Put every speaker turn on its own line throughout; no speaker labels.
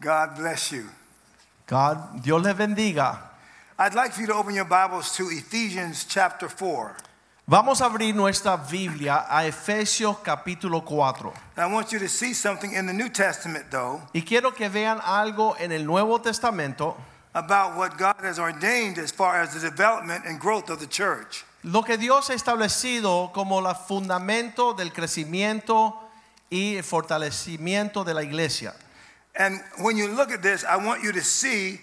God bless you.
God, Dios les bendiga.
I'd like for you to open your Bibles to Ephesians chapter 4.
Vamos a abrir nuestra Biblia a Efesios capítulo 4.
And I want you to see something in the New Testament, though,
Y quiero que vean algo en el Nuevo Testamento,
about what God has ordained as far as the development and growth of the church.
lo que Dios ha establecido como el fundamento del crecimiento y fortalecimiento de la iglesia.
And when you look at this, I want you to see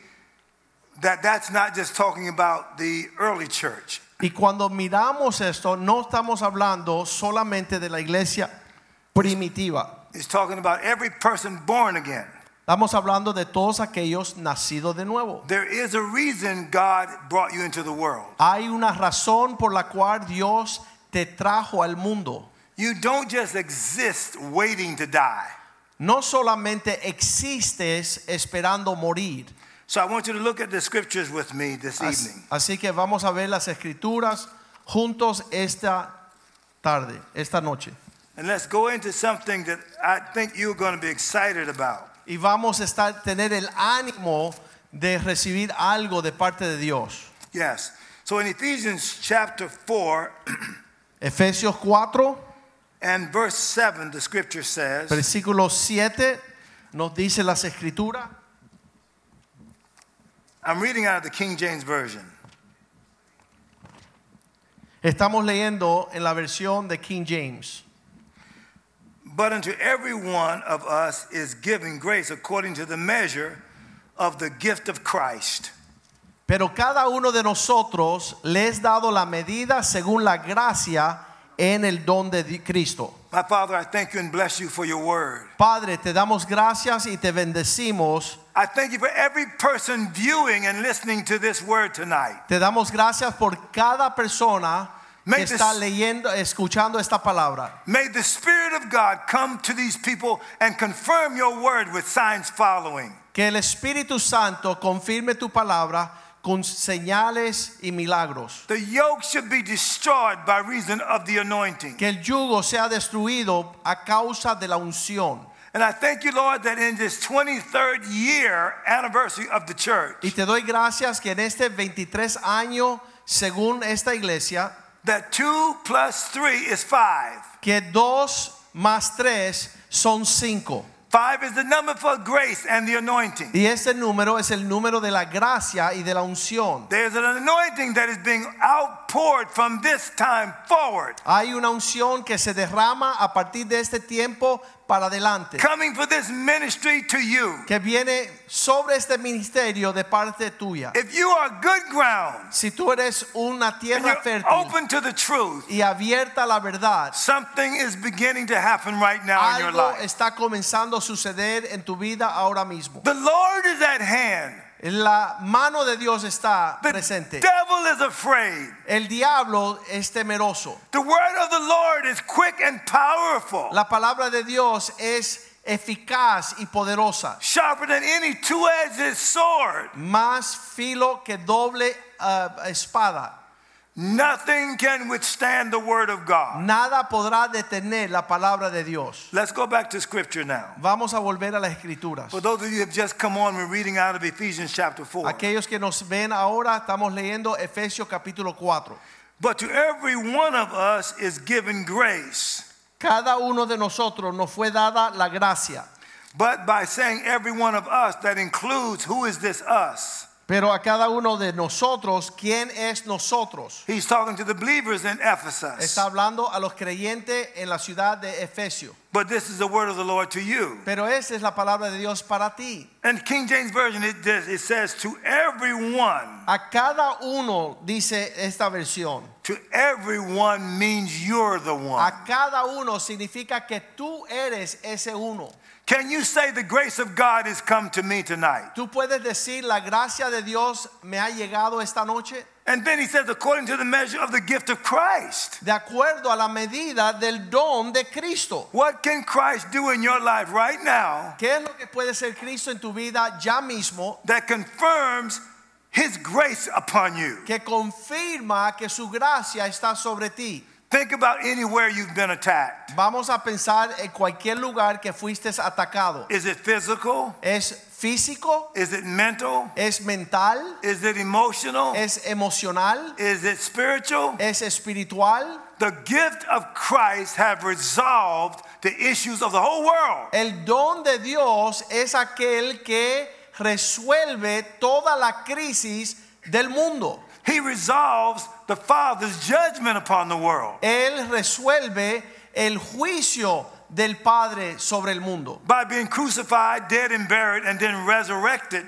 that that's not just talking about the early church.
Y cuando miramos esto, no estamos hablando solamente de la iglesia primitiva.
It's talking about every person born again.
Estamos hablando de todos aquellos nacidos de nuevo.
There is a reason God brought you into the world.
Hay una razón por la cual Dios te trajo al mundo.
You don't just exist waiting to die.
No solamente existes esperando morir.
So I want you to look at the scriptures with me this
Así,
evening.
así que vamos a ver las escrituras juntos esta tarde, esta noche.
And let's go into something that I think you're going to be excited about.
Y vamos a estar, tener el ánimo de recibir algo de parte de Dios.
Yes. So in Ephesians chapter 4
Efesios 4,
and verse 7, the scripture says,
versículo 7, nos dice las escrituras.
I'm reading out of the King James Version.
Estamos leyendo en la versión de King James.
But unto every one of us is given grace according to the measure of the gift of Christ.
Pero cada uno de nosotros le es dado la medida según la gracia en el don de Di- Cristo.
My Father, I thank you and bless you for your word.
Padre, te damos gracias y te bendecimos.
I thank you for every person viewing and listening to this word tonight.
Te damos gracias por cada persona que
Make
está
this-
leyendo, escuchando esta palabra.
May the Spirit of God come to these people and confirm your word with signs following.
Que el Espíritu Santo confirme tu palabra con señales y milagros.
The yoke should be destroyed by reason of the anointing.
Que el yugo sea destruido a causa de la unción.
And I thank you, Lord, that in this 23rd year anniversary of the
Y
church,
te doy gracias que en este 23 año, según esta iglesia,
that two plus three is five.
que dos más tres son cinco.
Five is the number for grace and the anointing.
Y este número es el número de la gracia y de la unción.
There's an anointing that is being outpoured from this time forward,
Hay una unción que se derrama a partir de este tiempo para adelante,
coming for this ministry to you.
que viene sobre este ministerio de parte tuya.
If you are good ground
Si tú eres una
and
tierra
you're
fértil
open to the truth,
y abierta a la verdad,
Something is beginning to happen right now in your
algo
life.
está comenzando a suceder en tu vida ahora mismo.
The Lord is at hand.
La mano de Dios está
The
presente.
devil is afraid.
El diablo es temeroso.
The word of the Lord is quick and powerful,
La palabra de Dios es eficaz y poderosa,
sharper than any two-edged sword.
más filo que doble ah, espada.
Nothing can withstand the word of God.
Nada podrá detener la palabra de Dios.
Let's go back to scripture now.
Vamos a volver a las escrituras.
For those of you who have just come on, we're reading out of Ephesians chapter 4.
Aquellos que nos ven ahora, estamos leyendo Efesios capítulo 4.
But to every one of us is given grace.
Cada uno de nosotros nos fue dada la gracia,
But by saying every one of us, that includes who is this us?
pero a cada uno de nosotros, ¿quién es nosotros?
He's talking to the believers in Ephesus.
Está hablando a los creyentes en la ciudad de Efesio.
But this is the word of the Lord to you.
Pero esta es la palabra de Dios para ti.
And King James Version, it, does- it says, to everyone.
A cada uno dice esta versión.
To everyone means you're the one.
A cada uno significa que tú eres ese uno.
Can you say the grace of God has come to me tonight?
Tú puedes decir, la gracia de Dios me ha llegado esta noche
And then he says, according to the measure of the gift of Christ.
de acuerdo a la medida del don de Cristo.
What can Christ do in your life right now
¿Qué es lo que puede ser Cristo en tu vida ya mismo
that confirms his grace upon you?
que confirma que su gracia está sobre ti?
Think about anywhere you've been attacked.
Vamos a pensar en cualquier lugar que fuiste atacado.
Is it physical?
¿Es físico?
Is it mental?
¿Es mental?
Is it emotional?
¿Es emocional?
Is it spiritual?
¿Es espiritual?
The gift of Christ have resolved the issues of the whole world.
El don de Dios es aquel que resuelve toda la crisis del mundo.
He resolves the Father's judgment upon the world
Él resuelve el juicio del Padre sobre el mundo.
by being crucified, dead, and buried, and then resurrected.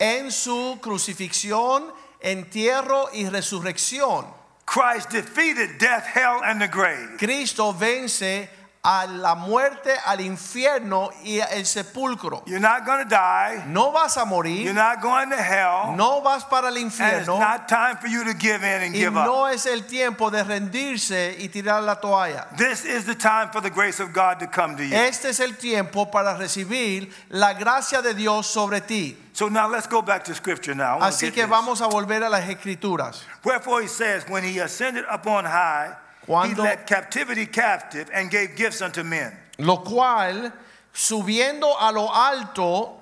En su crucifixión, entierro y resurrección,
Christ defeated death, hell, and the grave.
Cristo vence a la muerte, al infierno y al sepulcro.
You're not going to die.
No vas a
You're
morir,
not going to hell.
no vas para el
And it's
infierno
not time for you to give in and
y
give up.
no es el tiempo de rendirse y tirar la toalla.
This is the time for the grace of God to come to you.
Este es el tiempo para recibir la gracia de Dios sobre ti.
So now let's go back to scripture now. I wanna
Así
get
que
this.
vamos a volver a las escrituras.
Wherefore he says, when he ascended up on high, he
Cuando-
led captivity captive and gave gifts unto men.
Lo cual, subiendo a lo alto,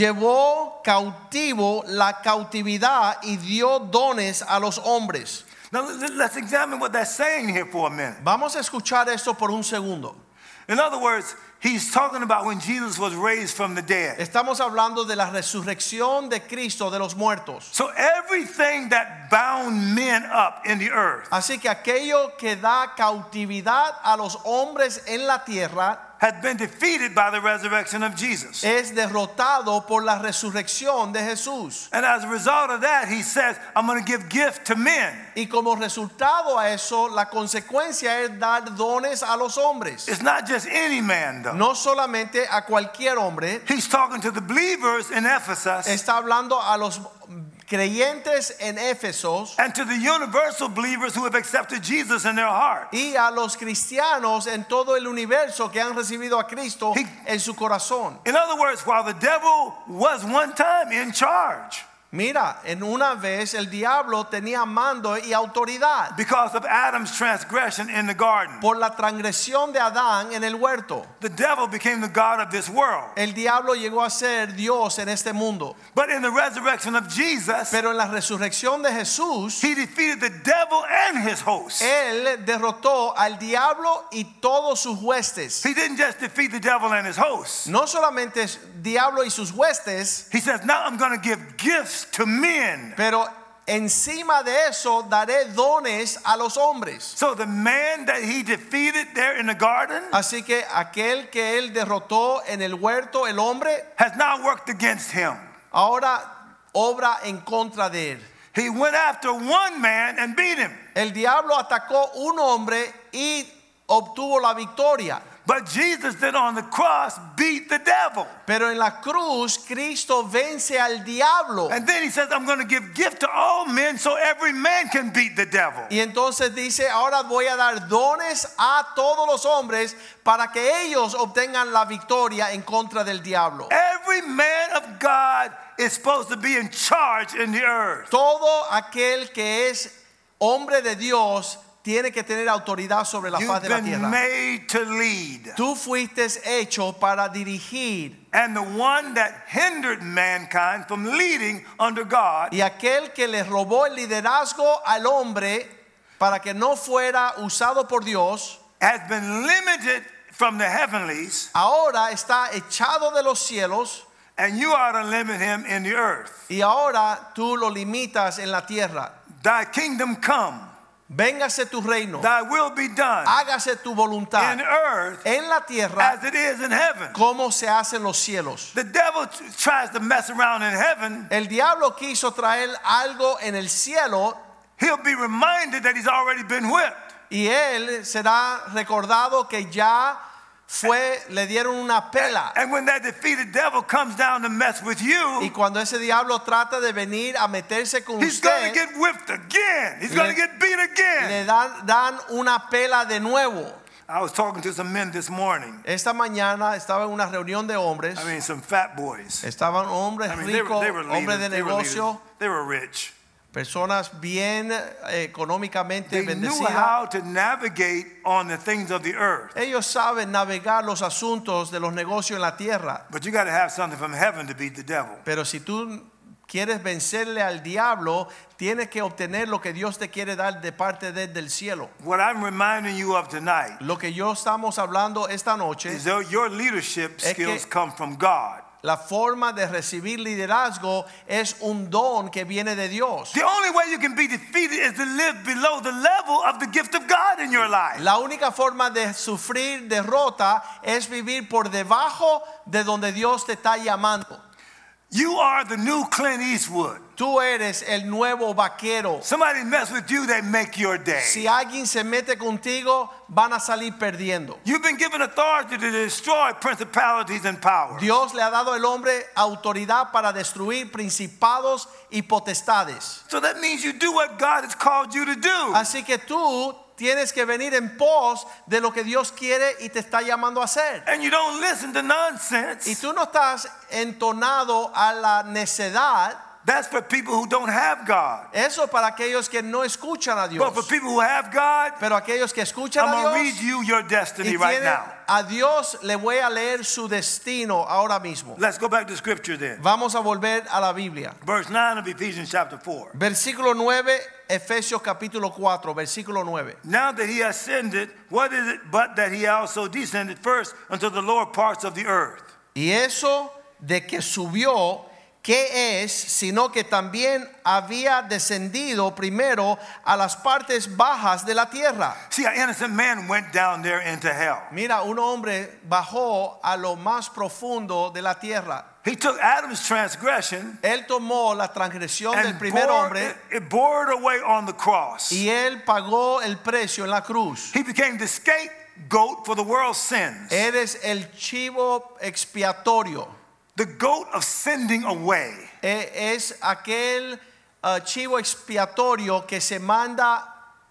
llevó cautivo la cautividad y dio dones a los hombres.
Now let- let's examine what that's saying here for a minute.
Vamos a escuchar esto por un segundo.
In other words, he's talking about when Jesus was raised from the dead.
Estamos hablando de la resurrección de Cristo de los muertos.
So everything that bound men up in the earth
Así que aquello que da cautividad a los hombres en la tierra
had been defeated by the resurrection of Jesus.
es derrotado por la resurrección de Jesús.
And as a result of that, he says, I'm going to give gift to men.
Y como resultado a eso, la consecuencia es dar dones a los hombres.
It's not just any man, though.
No solamente a cualquier hombre,
He's talking to the believers in Ephesus
está hablando a los creyentes en Éfeso
and to the universal believers who have accepted Jesus in their heart.
y a los cristianos en todo el universo que han recibido a Cristo
He-
en su corazón.
In other words, while the devil was one time in charge
Mira, en una vez el diablo tenía mando y autoridad
because of Adam's transgression in the garden,
por la transgresión de Adán en el huerto.
the devil became the God of this world.
El diablo llegó a ser Dios en este mundo.
But in the resurrection of Jesus,
Pero en la resurrección de Jesús,
he defeated the devil and his hosts.
Él derrotó al diablo y todos sus huestes.
He didn't just defeat the devil and his hosts.
No solamente es diablo y sus huestes,
He says, Now I'm going to give gifts to men.
pero encima de eso daré dones a los hombres.
So the man that he defeated there in the garden
Así que aquel que Él derrotó en el huerto, el hombre,
has now worked against him.
ahora obra en contra de Él.
He went after one man and beat him.
El diablo atacó un hombre y obtuvo la victoria.
But Jesus then on the cross beat the devil.
Pero en la cruz Cristo vence al diablo.
And then he says, I'm going to give gift to all men so every man can beat the devil.
Y entonces dice, ahora voy a dar dones a todos los hombres para que ellos obtengan la victoria en contra del diablo.
Every man of God is supposed to be in charge in the earth.
Todo aquel que es hombre de Dios tiene que tener autoridad sobre la faz
You've
de la
been
tierra.
made to lead.
Tú fuiste hecho para dirigir.
And the one that hindered mankind from leading under God
Y aquel que le robó el liderazgo al hombre para que no fuera usado por Dios,
has been limited from the heavenlies,
ahora está echado de los cielos
and you are to limit him in the earth.
y ahora tú lo limitas en la tierra.
Thy kingdom come,
Véngase tu reino.
Thy will be done
Hágase tu voluntad
in earth
en la tierra
as it is in heaven.
como se hace en los cielos.
The devil t- tries to mess around in heaven.
El diablo quiso traer algo en el cielo
He'll be reminded that he's already been whipped.
y él será recordado que ya fue, le dieron una pela.
And when that defeated devil comes down to mess with
Y
you,
cuando ese diablo trata de venir a meterse con
he's going
usted,
to get whipped again. He's
Le-
going to get beat
le
again.
dan, dan una pela de nuevo.
I was talking to some men this morning.
Esta mañana estaba en una reunión de hombres.
I mean, some fat boys.
Estaban hombres
I mean, they were,
ricos,
they were
hombres
leaders.
de
They were, leaders.
negocio,
They were rich.
personas bien eh, económicamente
They knew
bendecidas.
how to navigate on the things of the earth.
Ellos saben navegar los asuntos de los negocios en la tierra.
But you got to have something from heaven to beat the devil.
Pero si tú quieres vencerle al diablo, tienes que obtener lo que Dios te quiere dar de parte de- del cielo.
What I'm reminding you of tonight
Lo que yo estamos hablando esta noche,
is that your leadership
Es que-
skills come from God.
la forma de recibir liderazgo es un don que viene de Dios.
The only way you can be defeated is to live below the level of the gift of God in your life.
La única forma de sufrir derrota es vivir por debajo de donde Dios te está llamando.
You are the new Clint Eastwood.
Tú eres el nuevo vaquero.
Somebody mess with you, they make your day.
Si alguien se mete contigo, van a salir perdiendo.
You've been given authority to destroy principalities and powers.
Dios le ha dado al hombre autoridad para destruir principados y potestades.
So that means you do what God has called you to do.
Así que tú tienes que venir en pos de lo que Dios quiere y te está llamando a hacer.
And you don't listen to
Y
nonsense.
tú no estás entonado a la necedad.
That's for people who don't have God.
Eso es para aquellos que no escuchan a Dios.
But for people who have God,
Pero aquellos que escuchan
I'm
a
going to read
Dios
you your
y
destiny right
tienen-
now.
a Dios le voy a leer su destino ahora mismo.
Let's go back to scripture then.
Vamos a volver a la Biblia.
Verse 9 of Ephesians chapter 4.
Versículo 9, Efesios capítulo 4, versículo 9.
Now that he ascended, what is it but that he also descended first unto the lower parts of the earth?
Y eso de que subió, ¿qué es? Sino que también había descendido primero a las partes bajas de la tierra.
See, an innocent man went down there into hell.
Mira, un hombre bajó a lo más profundo de la tierra.
He took Adam's transgression
Él tomó la transgresión del
and
primer
bore,
hombre.
it, it bore it away on the cross.
Y él pagó el precio en la cruz.
He became the scapegoat for the world's sins,
Eres el chivo expiatorio.
the goat of sending away.
E- Es aquel uh, chivo expiatorio que se manda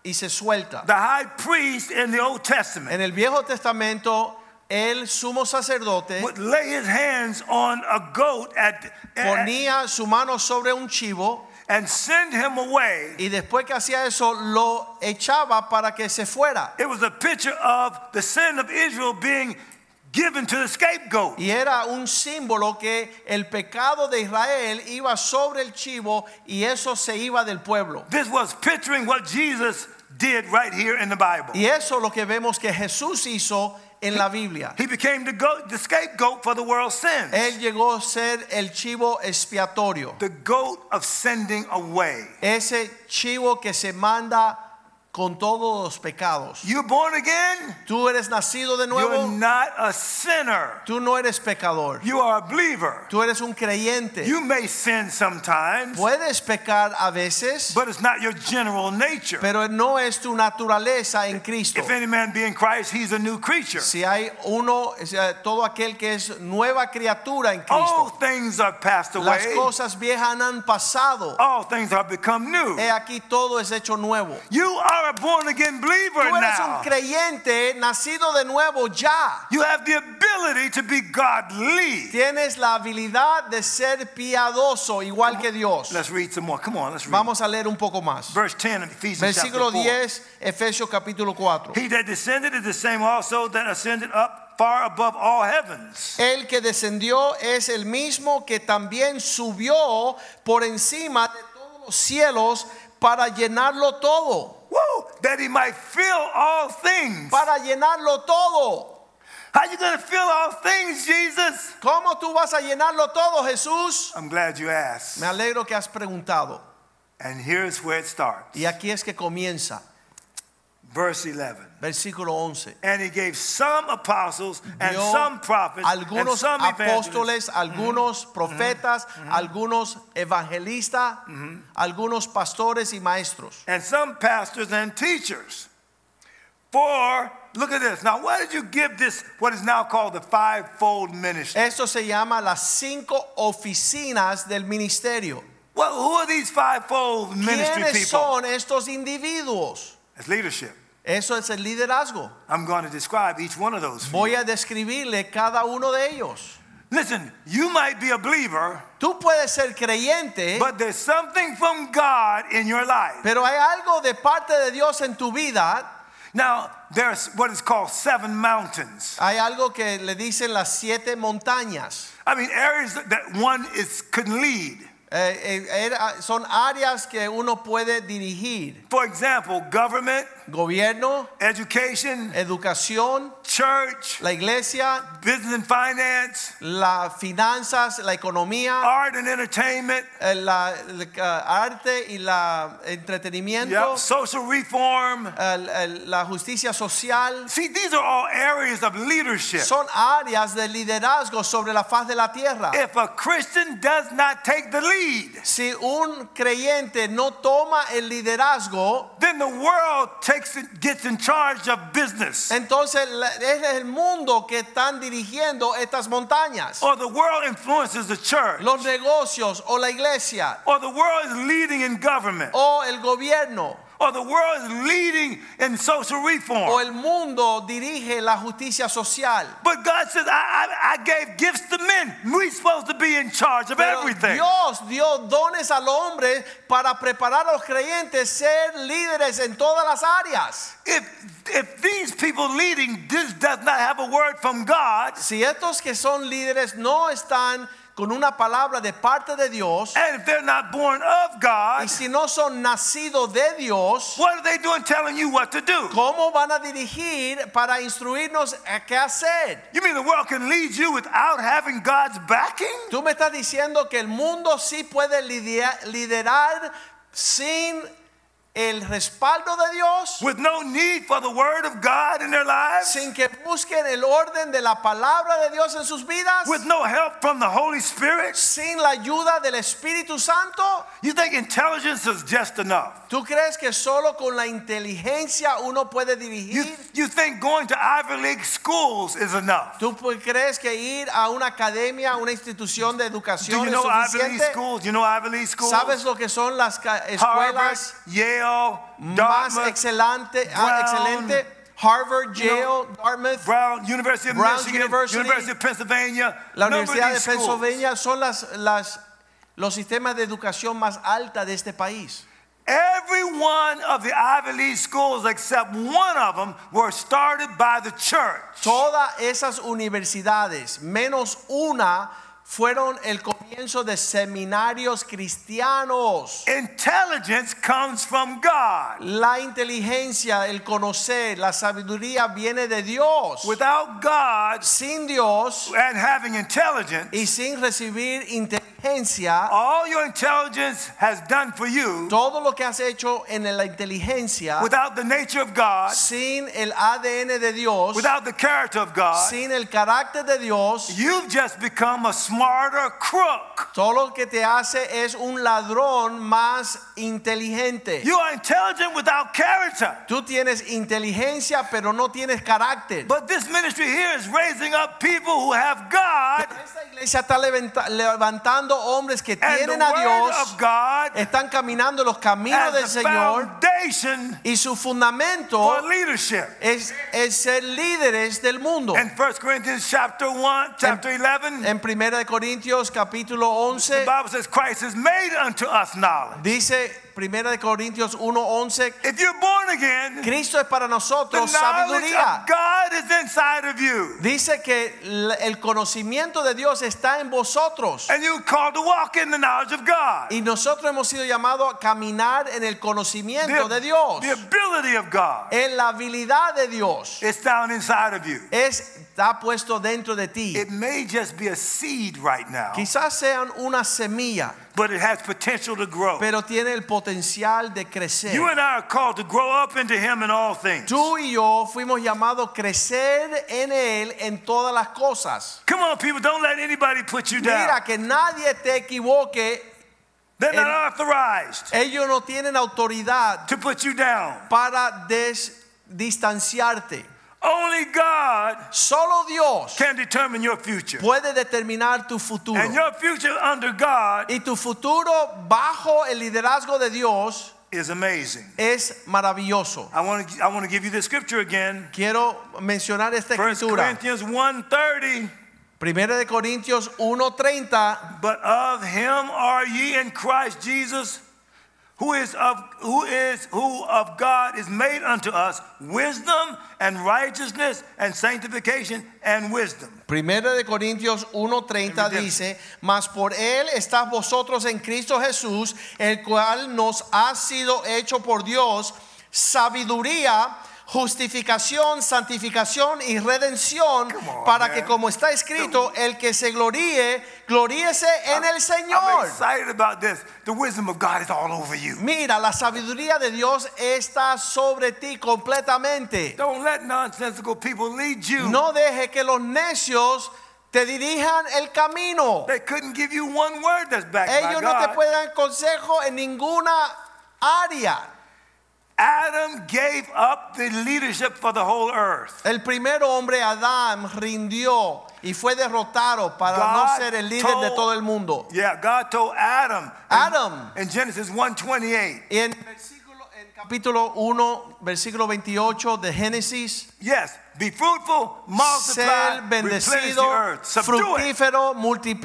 y se suelta.
The high priest in the Old Testament
En el Viejo Testamento, el sumo sacerdote
would lay his hands on a goat at,
ponía su mano sobre un chivo
and send him away.
y después que hacía eso lo echaba para que se fuera.
It was a picture of the sin of Israel being given to the scapegoat.
Y era un símbolo que el pecado de Israel iba sobre el chivo y eso se iba del pueblo.
This was picturing what Jesus did right here in the Bible.
Y eso es lo que vemos que Jesús hizo en la Biblia.
He became the, goat, the scapegoat for the world's sins,
Él llegó a ser el chivo expiatorio,
the goat of sending away.
ese chivo que se manda con todos los pecados.
You're born again,
Tú eres nacido de
you're
nuevo,
not a sinner,
tú no eres pecador,
you are a believer.
tú eres un creyente.
You may sin sometimes,
Puedes pecar a veces,
but it's not your general nature.
pero no es tu naturaleza en Cristo.
If any man be in Christ, he's a new creature.
Si hay uno, o sea, todo aquel que es nueva criatura en
All
Cristo,
things are passed away,
las cosas viejas han pasado.
all things are become new.
He aquí todo es hecho nuevo.
You are a born again believer
Tú eres un
now.
creyente nacido de nuevo ya.
You have the ability to be godly.
Tienes la habilidad de ser piadoso igual que Dios.
Let's read some more. Come on, let's read.
Vamos a leer un poco más.
Verse 10 of Ephesians
Versículo
chapter 4.
10, Efesios capítulo 4.
He that descended is the same also that ascended up far above all heavens.
El que descendió es el mismo que también subió por encima de todos los cielos para llenarlo todo.
Woo! That he might fill all things.
Para llenarlo todo.
How you going to fill all things, Jesus?
¿Cómo tú vas a llenarlo todo, Jesús?
I'm glad you asked.
Me alegro que has preguntado.
And here's where it starts.
Y aquí es que comienza.
verse 11.
Versículo 11.
And he gave some apostles and
Dio
some prophets and
algunos
some evangelists. Mm-hmm.
apóstoles, algunos profetas, algunos evangelistas,
Mm-hmm.
algunos pastores y maestros.
and some pastors and teachers. For, look at this. Now, why did you give this, what is now called the fivefold ministry?
Esto se llama las cinco oficinas del ministerio.
Well, who are these fivefold ministry
¿Quiénes
people?
son estos individuos?
It's leadership.
Eso es el liderazgo.
I'm going to describe each one of those. for you.
Voy a describirle cada uno de ellos.
Listen, you might be a believer,
Tú puedes ser creyente,
but there's something from God in your life.
pero hay algo de parte de Dios en tu vida.
Now, there's what is called seven mountains.
Hay algo que le dicen las siete montañas.
I mean, areas that- that one is can lead.
Eh, eh, era- son áreas que uno puede dirigir.
For example, government,
Gobierno,
education,
educación,
church,
la iglesia,
business and finance,
las finanzas, la economía,
art and entertainment,
eh, la, el, eh, arte y la entretenimiento,
yep, social reform.
el- el- la justicia social.
See, these are all areas of leadership.
Son áreas de liderazgo sobre la faz de la tierra.
If a Christian does not take the lead,
Si un creyente no toma el liderazgo,
then the world takes it, gets in charge of business,
entonces la- es el mundo que están dirigiendo estas montañas.
or the world influences the church,
Los negocios o la iglesia
or the world is leading in government,
o el gobierno
or the world is leading in social
o
reform.
el mundo dirige la justicia social.
But God says, I, I, I gave gifts to men. We're supposed to be in charge of
Pero
everything.
Dios dio dones al hombre para preparar a los creyentes ser líderes en todas las áreas.
If, if these people leading this does not have a word from God,
Si estos que son líderes no están con una palabra de parte de Dios,
and if they're not born of God,
Y si no son nacidos de Dios,
what are they doing telling you what to do?
¿cómo van a dirigir para instruirnos a qué hacer?
You mean the world can lead you without having God's backing?
Tú me estás diciendo que el mundo sí puede lidia- liderar sin el respaldo de Dios,
With no need for the word of God in their lives?
sin que busquen el orden de la palabra de Dios en sus vidas,
With no help from the Holy Spirit?
sin la ayuda del Espíritu Santo.
You think intelligence is just enough?
¿Tú crees que solo con la inteligencia uno puede
You,
dirigir?
you think going to Ivy League schools is enough?
¿Tú pu- crees que ir a una academia, a una institución de
Do
educación
you
es
know Ivy League
suficiente?
schools? You know Ivy League schools?
¿Sabes lo que son las ca-
Harvard,
escuelas
Yale,
más
Dartmouth,
excelente, ah,
Brown,
excelente? Harvard,
you know,
Yale, Dartmouth,
Brown, University of
Brown's
Michigan,
University,
University of Pennsylvania.
la
number of
Universidad de
these schools.
Pennsylvania son las, las, los sistemas de educación más alta de este país.
Every one of the Ivy League schools, except one of them, were started by the church.
Todas esas universidades, menos una, fueron el comienzo de seminarios cristianos.
Intelligence comes from God.
La inteligencia, el conocer, la sabiduría viene de Dios.
Without God
sin Dios
and having intelligence,
y sin recibir inteligencia,
all your intelligence has done for you,
todo lo que has hecho en la inteligencia,
without the nature of God,
sin el ADN de Dios,
without the character of God,
sin el carácter de Dios,
you've just become a smarter crook.
todo lo que te hace es un ladrón más inteligente.
You are intelligent without character.
Tú tienes inteligencia, pero no tienes carácter.
But this ministry here is raising up people who have God
Esta iglesia está levanta- levantando hombres que
and the
tienen a
Word
Dios.
of God
están caminando los caminos del
as the
Señor Oh.
foundation
y su fundamento
for leadership.
es, es ser líderes del mundo.
In 1 Corinthians chapter 1, chapter 11,
En 1 de Corintios capítulo
the
11
Bible says Christ has made unto us knowledge.
dice 1 de Corintios 1:11
If you're born again,
Cristo es para
the
nosotros
knowledge
sabiduría.
of God is inside of you.
Dice que l- el conocimiento de Dios está en vosotros
And you're called to walk in the knowledge of God.
y nosotros hemos sido llamados a caminar en el conocimiento de Dios,
the ability of God
en la habilidad de Dios.
is found inside of you.
Es está puesto dentro de ti.
It may just be a seed right now,
Quizás sean una semilla,
but it has potential to grow.
pero tiene el potencial de crecer.
You and I are called to grow up into Him in all things.
Tú y yo fuimos llamados a crecer en Él en todas las cosas.
Come on, people, don't let anybody put you down.
Mira, que nadie te equivoque.
They're not
and-
authorized
Ellos no tienen autoridad
to put you down.
para des- distanciarte.
Only God
Solo Dios
can determine your future.
puede determinar tu futuro.
And your future under God
Y tu futuro bajo el liderazgo de Dios
is amazing.
es maravilloso.
I want to I want to give you the scripture again.
Quiero mencionar esta
1
escritura.
Corinthians 1:30.
Primera de Corintios 1:30.
But of him are ye in Christ Jesus, who is of who is who of God is made unto us wisdom and righteousness and sanctification and wisdom.
Primera de Corintios 1:30
Evidente.
dice, "Mas por él estás vosotros en Cristo Jesús, el cual nos ha sido hecho por Dios sabiduría, justificación, santificación y redención,
Come on,
para
man.
que como está escrito, el que se gloríe, gloríese en el
I'm
Señor."
excited about this. The wisdom of God is all over you.
Mira, la sabiduría de Dios está sobre ti completamente.
Don't let nonsensical people lead you.
No deje que los necios te dirijan el camino.
They couldn't give you one word that's backed by
Ellos no te
God.
pueden dar consejo en ninguna área.
Adam gave up the leadership for the whole earth.
El primer hombre, Adán, rindió y fue derrotado para no
God
ser el líder de
told-
todo el mundo.
Yeah, God told Adam. in-
Adam.
In, Genesis 1:28.
Y en, versículo- en capítulo 1, versículo 28 de Génesis,
Yes, be fruitful, multiply,
ser
replenish the
bendecido,
earth, subdue it.
fructífero,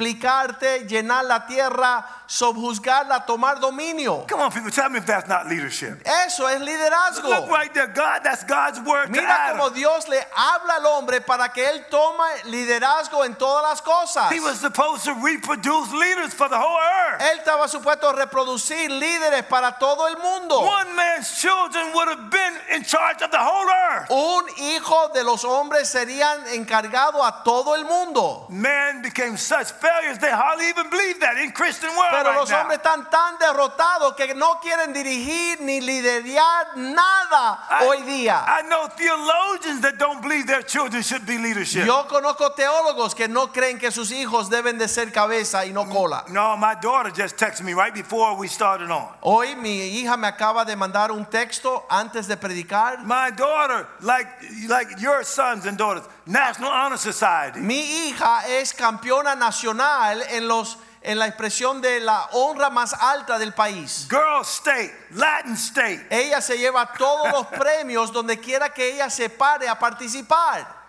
multiplicarte, llenar la tierra, subjuzgarla, tomar dominio.
Come on, people, tell me if that's not leadership.
Eso es liderazgo.
Look right there, God. That's God's word to
Mira como
Adam.
Dios le habla al hombre para que él tome liderazgo en todas las cosas.
He was supposed to reproduce leaders for the whole earth.
Él estaba supuesto a reproducir líderes para todo el mundo.
One man's children would have been in charge of the whole earth.
Un hijo de los hombres serían encargado a todo el mundo.
Man became such failures they hardly even believe that in Christian world
Pero
right
los
now.
hombres están tan derrotados que no quieren dirigir ni liderar nada
I-
hoy día.
I know theologians that don't believe their children should be leadership.
Yo conozco teólogos que no creen que sus hijos deben de ser cabeza y no cola.
No, my daughter just texted me right before we started on.
Hoy mi hija me acaba de mandar un texto antes de predicar.
My daughter, like like your sons and daughters, National Honor Society.
Mi hija es campeona nacional en los en la expresión de la honra más alta del país.
Girls State, Latin State.
Ella se lleva todos los premios donde quiera que ella se pare a participar.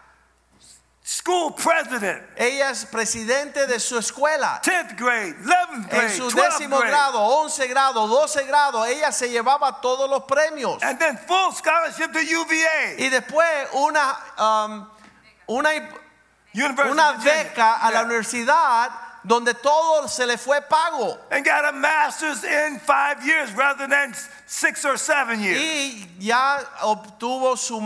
School president,
Ella es presidente de su escuela.
10th grade, 11th grade,
En su
12th
décimo
grade.
grado, once grado, doce grado, ella se llevaba todos los premios.
And then full scholarship to UVA.
Y después una, um, una,
University of
una
Virginia.
beca a la
Yeah.
universidad donde todo se le fue pago.
And got a master's in five years rather than six or seven years.
Y ya obtuvo su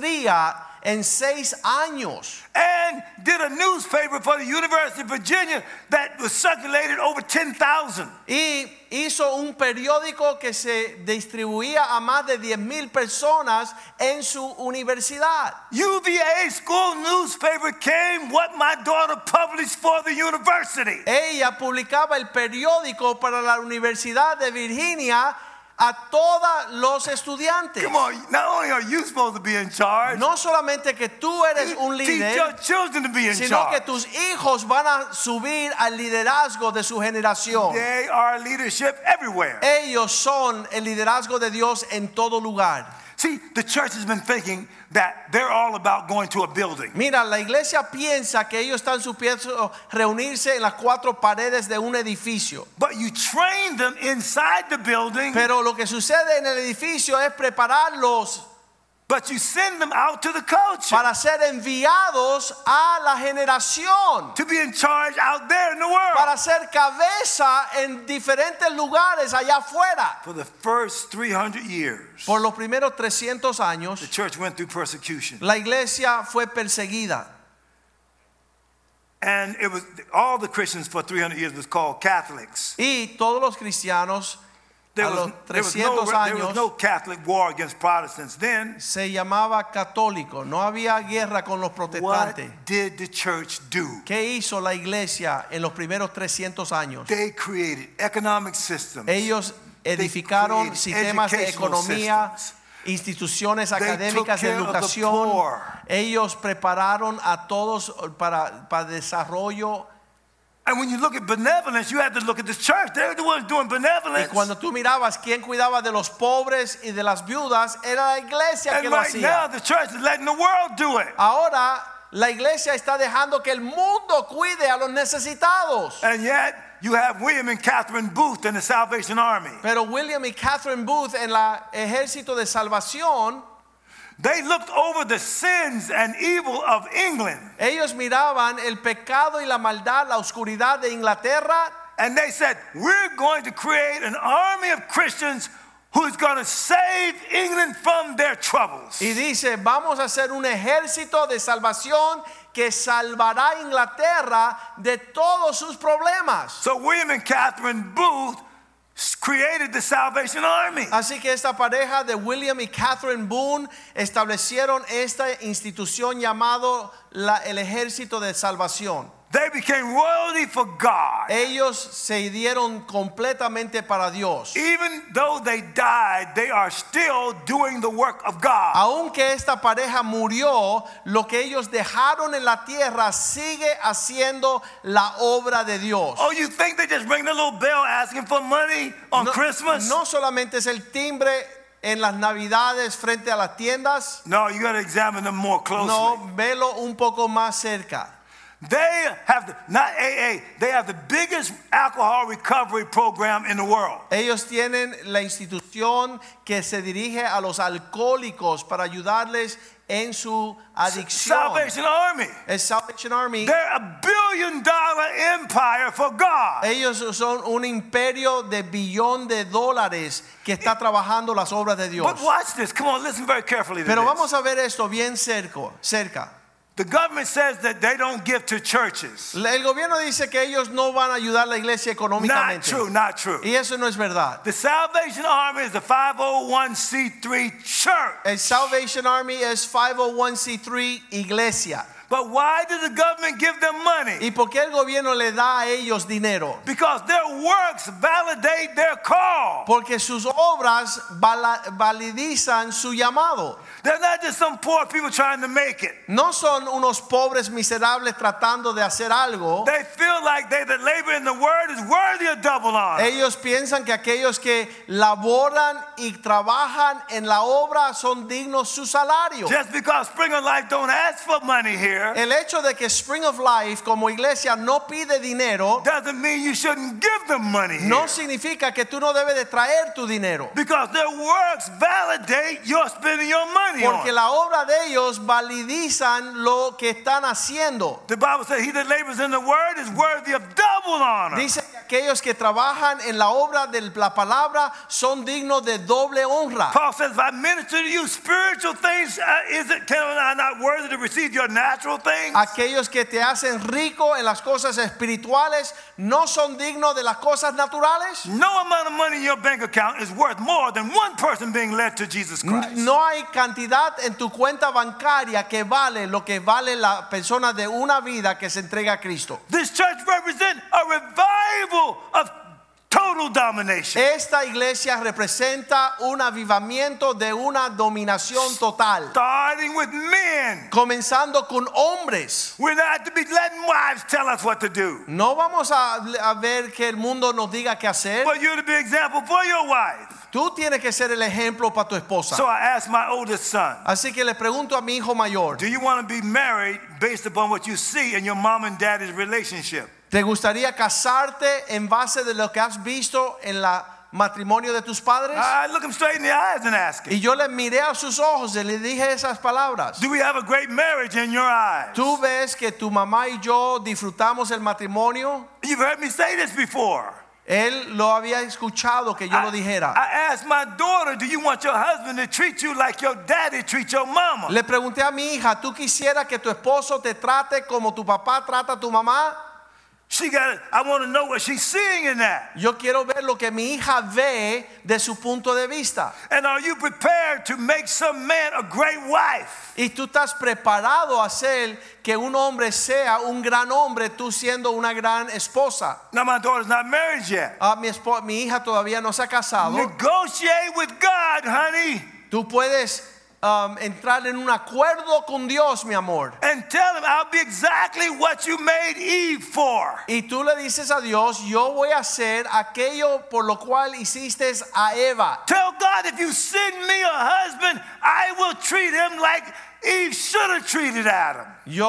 maestría en seis años.
and did a newspaper for the University of Virginia that was circulated over 10,000.
Y hizo un periódico que se distribuía a más de 10 mil personas en su universidad.
UVA school newspaper came what my daughter published for the university.
Ella publicaba el periódico para la Universidad de Virginia a todos los estudiantes.
Come on, not only are you supposed to be in charge,
No solamente que tú eres un
teach your
líder,
children to be in
sino que
charge.
tus hijos van a subir al liderazgo de su generación.
They are leadership everywhere.
Ellos son el liderazgo de Dios en todo lugar.
See, the church has been thinking that they're all about going to a building.
Mira, la iglesia piensa que ellos están supuestos reunirse en las cuatro paredes de un edificio.
But you train them inside the building,
Pero lo que sucede en el edificio es prepararlos
but you send them out to the culture.
para ser enviados a la generación,
to be in charge out there in the world.
para ser cabeza en diferentes lugares allá afuera.
For the first 300 years,
Por los primeros 300 años,
the church went through persecution.
la iglesia fue perseguida.
And it was all the Christians for 300 years was called Catholics.
Y todos los cristianos
There
a
was,
los
there, was no,
300
there was
años
no Catholic war against Protestants then.
se llamaba católico. No había guerra con los
What
protestantes.
did the church do?
¿Qué hizo la iglesia en los primeros 300 años?
They created economic systems.
Ellos edificaron
created
sistemas de
educational
economía,
systems.
instituciones
They
académicas
took
de
care of the
educación.
poor.
Ellos prepararon a todos para, para desarrollo.
And when you look at benevolence, you have to look at the church. They're the ones doing
Y
benevolence.
cuando tú mirabas quién cuidaba de los pobres y de las viudas, era la iglesia que
and
lo
right now,
hacía.
the church is letting the world do it.
Ahora la iglesia está dejando que el mundo cuide a los necesitados.
And yet, you have William and Catherine Booth in the Salvation Army.
Pero William y Catherine Booth en la Ejército de Salvación,
They looked over the sins and evil of England.
ellos miraban el pecado y la maldad, la oscuridad de Inglaterra
And they said, We're going to create an army of Christians who's going to save England from their troubles.
Y dice, vamos a hacer un ejército de salvación que salvará a Inglaterra de todos sus problemas.
So William and Catherine Booth s- created the Salvation Army.
Así que esta pareja de William y Catherine Boone establecieron esta institución llamado la- el Ejército de Salvación.
They became royalty for God.
Ellos se dieron completamente para Dios.
Even though they died, they are still doing the work of God.
Aunque esta pareja murió, lo que ellos dejaron en la tierra sigue haciendo la obra de Dios.
Oh, you think they just ring the little bell asking for money on
no,
Christmas?
no solamente es el timbre en las navidades frente a las tiendas,
No, you got to examine them more closely.
no, velo un poco más cerca.
They have the, not AA, they have the biggest alcohol recovery program in the world.
Ellos tienen la institución que se dirige a los alcohólicos para ayudarles en su adicción.
Salvation Army.
Es Salvation Army.
They're a billion dollar empire for God.
Ellos son un imperio de billón de dólares que está trabajando las obras de Dios.
But watch this. Come on, listen very carefully to
Pero
this.
vamos a ver esto bien cerco, cerca.
The government says that they don't give to churches.
El gobierno dice que ellos no van a ayudar a la iglesia
Not
económicamente.
true, not true.
Y eso no es verdad.
The Salvation Army is a 501c3 church.
El Salvation Army es 501c3 iglesia.
But why does the government give them money?
¿Y por qué el gobierno le da a ellos dinero?
Because their works validate their call.
Porque sus obras vala- validizan su llamado.
They're not just some poor people trying to make it.
No son unos pobres miserables tratando de hacer algo.
They feel like they that labor in the word is worthy of double honor.
Ellos piensan que aquellos que laboran y trabajan en la obra son dignos su salario.
Just because Spring of Life don't ask for money here
El hecho de que Spring of Life como iglesia no pide dinero
doesn't mean you shouldn't give them money here.
no significa que tú no debes de traer tu dinero.
Because their works validate your spending your money
Porque
on.
la obra de ellos validizan lo que están haciendo.
The Bible says he that labors in the word is worthy of double honor.
Dice que aquellos que trabajan en la obra de la palabra son dignos de doble honra.
Paul says, if I minister to you spiritual things, uh, is it, can I not worthy to receive your natural things?
Aquellos que te hacen rico en las cosas espirituales no son dignos de las cosas naturales.
no amount of money in your bank account is worth more than one person being led to Jesus Christ.
No hay cantidad en tu cuenta bancaria que vale lo que vale la persona de una vida que se entrega a Cristo.
This church represents a revival of total domination.
Esta iglesia representa un avivamiento de una dominación total,
Starting with men.
comenzando con hombres.
We're not to be letting wives tell us what to do.
No vamos a, a ver que el mundo nos diga qué hacer.
But you're to be example for your wife.
Tú tienes que ser el ejemplo para tu esposa.
So I asked my oldest son,
Así que le pregunto a mi hijo mayor,
do you want to be married based upon what you see in your mom and daddy's relationship?
¿te gustaría casarte en base de lo que has visto en el matrimonio de tus padres?
I look him straight in the eyes and ask him,
Y yo le miré a sus ojos y le dije esas palabras.
do we have a great marriage in your eyes?
¿Tú ves que tu mamá y yo disfrutamos el matrimonio?
You've heard me say this before.
Él lo había escuchado que yo lo dijera.
I asked my daughter, Do you want your husband to treat you like your daddy treat your mama?
Le pregunté a mi hija, ¿tú quisieras que tu esposo te trate como tu papá trata a tu mamá?
She got I want to know what she's seeing in that.
Yo quiero ver lo que mi hija ve de su punto de vista.
And are you prepared to make some man a great wife?
Y tú estás preparado a hacer que un hombre sea un gran hombre, tú siendo una gran esposa.
Now my daughter's not married yet.
Ah, mi, espo- mi hija todavía no se ha casado.
Negotiate with God, honey,
Tú puedes um, entrar en un acuerdo con Dios, mi amor.
and tell him I'll be exactly what you made Eve for.
Y tú le dices a Dios, yo voy a hacer aquello por lo cual hiciste a Eva.
Tell God if you send me a husband, I will treat him like Eve should have treated Adam.
Yo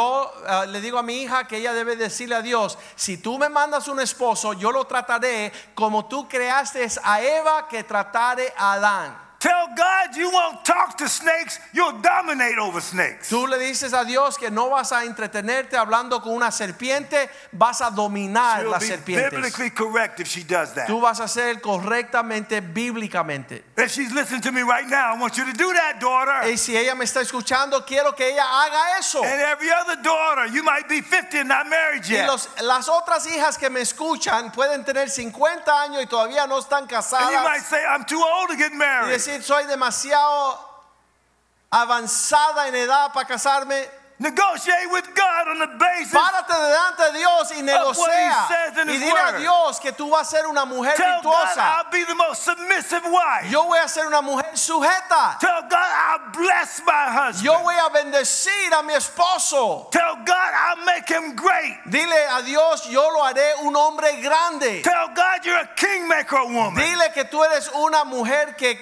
ah, le digo a mi hija que ella debe decirle a Dios, si tú me mandas un esposo, yo lo trataré como tú creaste a Eva que tratare a Adán.
Tell God you won't talk to snakes, you'll dominate over snakes.
Tú le dices a Dios que no vas a entretenerte hablando con una serpiente, vas a dominar
She'll
las
be
serpientes.
biblically correct if she does that.
Tú vas a ser correctamente bíblicamente.
If she's listening to me right now, I want you to do that, daughter.
Y si ella me está escuchando, quiero que ella haga eso.
And every other daughter, you might be 50 and not married
Y
yet.
los- las otras hijas que me escuchan pueden tener 50 años y todavía no están
And you might
casadas.
say, I'm too old to get
Y
married.
decir, soy demasiado avanzada en edad para casarme.
Negotiate with God on the basis.
Párate delante de Dios y negocia.
says in
Y
His
dile a
word.
Dios que tú vas a ser una mujer
Tell God
virtuosa.
I'll be the most submissive wife.
Yo voy a ser una mujer sujeta.
Tell God I'll bless my
Yo
husband.
voy a bendecir a mi esposo.
Tell God I'll make him great.
Dile a Dios, yo lo haré un hombre grande.
Tell God you're a kingmaker woman.
Dile que tú eres una mujer que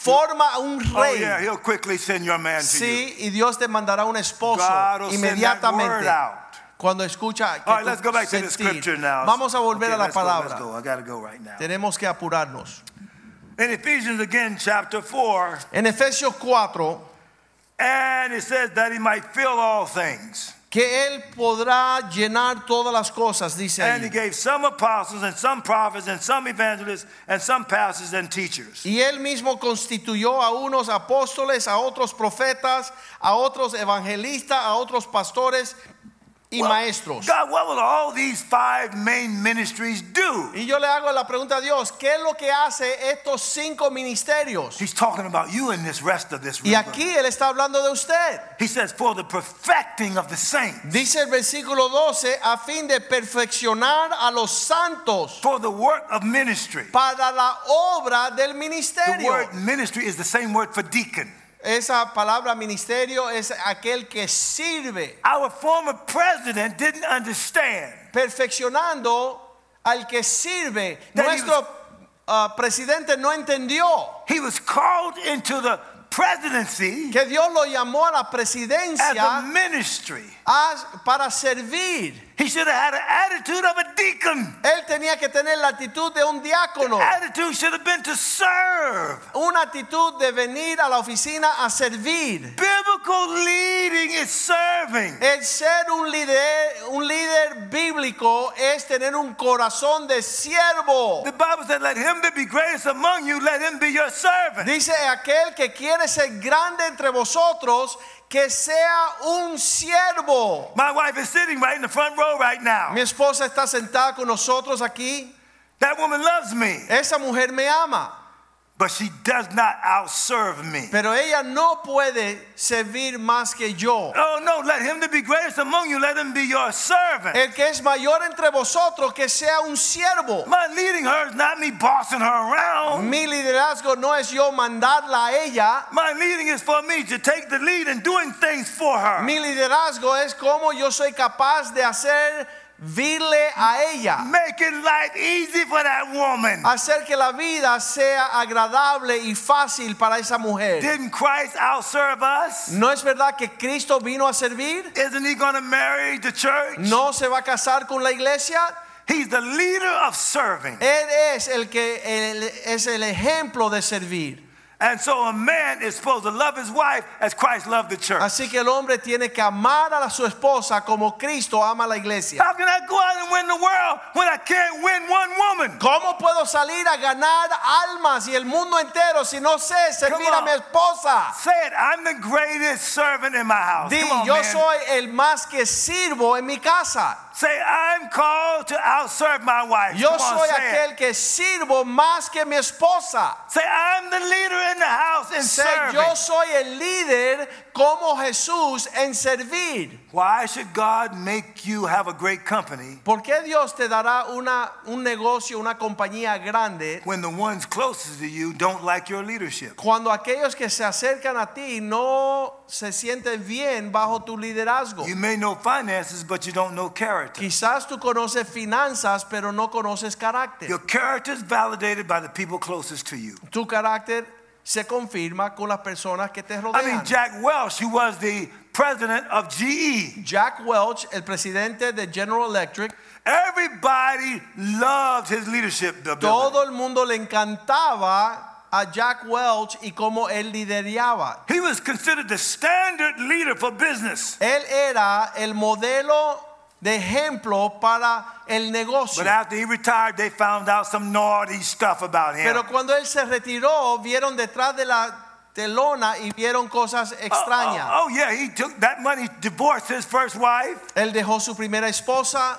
forma un
Oh
rey.
yeah, he'll quickly send your man to you.
Sí, y Dios te mandará un esposo
God will send that word
inmediatamente.
out.
Cuando escucha que
All right,
tú
let's go back to the
sentir.
scripture now.
Vamos a volver
Okay,
a la
let's go,
palabra.
let's go. I gotta go right now.
Tenemos que apurarnos.
In Ephesians again, chapter four,
En Efesios 4,
and it says that he might fill all things.
que él podrá llenar todas las cosas, dice
And he
ahí.
gave some apostles and some prophets and some evangelists and some pastors and teachers.
Y él mismo constituyó a unos apóstoles, a otros profetas, a otros evangelistas, a otros pastores y
Well,
maestros.
God, what will all these five main ministries do?
Y yo le hago la pregunta a Dios, ¿qué es lo que hace estos cinco ministerios?
He's talking about you and this rest of this room.
Y aquí él está hablando de usted.
He says, for the perfecting of the saints,
Dice el versículo 12, a fin de perfeccionar a los santos
for the work of ministry.
para la obra del
The
ministerio.
word ministry is the same word for deacon.
Esa palabra ministerio es aquel que sirve,
Our former president didn't understand
perfeccionando al que sirve.
That he
Nuestro ah, presidente no entendió
He was called into the presidency
que Dios lo llamó a la
as a
presidencia
ministry.
a- para servir.
He should have had an attitude of a deacon.
Él tenía que tener la actitud de un diácono,
Attitude should have been to serve.
una actitud de venir a la oficina a servir.
Biblical leading is serving.
El ser un líder, un líder bíblico es tener un corazón de siervo.
The Bible said, Let him that be greatest among you, let him be your servant.
Dice aquel que quiere ser grande entre vosotros, que sea un siervo.
My wife is sitting right in the front row right now.
Mi esposa está sentada con nosotros aquí.
That woman loves me,
Esa mujer me ama,
but she does not outserve me.
pero ella no puede servir más que yo.
Oh no, let him that be greatest among you, let him be your servant.
El que es mayor entre vosotros, que sea un siervo.
My leading her is not me bossing her around.
Mi liderazgo no es yo mandarla a ella.
My leading is for me to take the lead in doing things for her.
Mi liderazgo es como yo soy capaz de hacer virle a ella,
Making life easy for that woman.
hacer que la vida sea agradable y fácil para esa mujer.
Didn't Christ outserve us?
¿No es verdad que Cristo vino a servir?
Isn't he going to marry the church?
¿No se va a casar con la iglesia?
He's the leader of serving.
Él es el que él es el ejemplo de servir.
And so a man is supposed to love his wife as Christ loved the church.
Así que el hombre tiene que amar a la- su esposa como Cristo ama a la iglesia.
How can I go out and win the world when I can't win one woman?
¿Cómo puedo salir a ganar almas y el mundo entero si no sé servir
Come
a
on.
mi esposa?
Say it. I'm the greatest servant in my house.
Di,
Come on,
yo
man.
soy el más que sirvo en mi casa.
Say, I'm called to outserve my wife.
Yo
Come on,
soy
say it.
aquel que sirvo más que mi esposa.
Say, I'm the leader in the house in
Sé,
serving.
yo soy el líder como Jesús en servir.
Why should God make you have a great company
¿Por qué Dios te dará una, un negocio, una compañía grande
when the ones closest to you don't like your leadership?
cuando aquellos que se acercan a ti no se sienten bien bajo tu liderazgo?
You may know finances, but you don't know character.
Quizás tú conoces finanzas, pero no conoces carácter.
Your character is validated by the people closest to you.
Tu carácter se confirma con las personas que te
I
rodean.
mean, Jack Welch, who was the president of E. GE,
Jack Welch, el presidente de General Electric,
everybody loved his leadership ability.
todo el mundo le encantaba a Jack Welch y cómo él lideraba.
He was considered the standard leader for business.
Él era el modelo de ejemplo para el negocio.
But after he retired, they found out some naughty stuff about him.
Pero cuando él se retiró, vieron detrás de la telona y vieron cosas
Oh,
extrañas.
Oh, oh, yeah, he took that money, divorced his first wife.
Él dejó su primera esposa,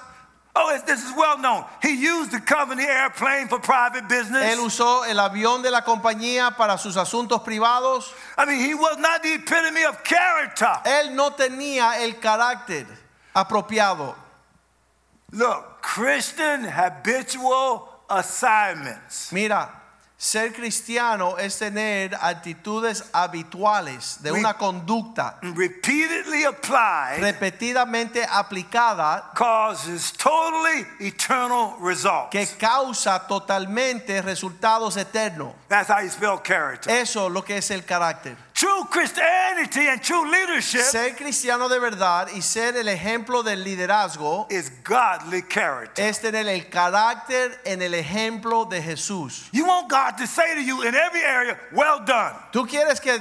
Oh, it's, this is well known. He used the company airplane for private business.
él usó el avión de la compañía para sus asuntos privados.
I mean, he was not the epitome of character.
Él no tenía el carácter apropiado.
Look, Christian habitual assignments.
Mira, ser cristiano es tener actitudes habituales de
We-
una conducta
Repeatedly applied
repetidamente aplicada
causes totally eternal results.
que causa totalmente resultados eternos.
That's how you spell character.
Eso es lo que es el carácter.
True Christianity and true leadership
Ser cristiano de verdad y ser el ejemplo del liderazgo
is godly character.
es tener el carácter en el ejemplo de Jesús.
You want God to say to you in every area, well done,
¿Tú quieres que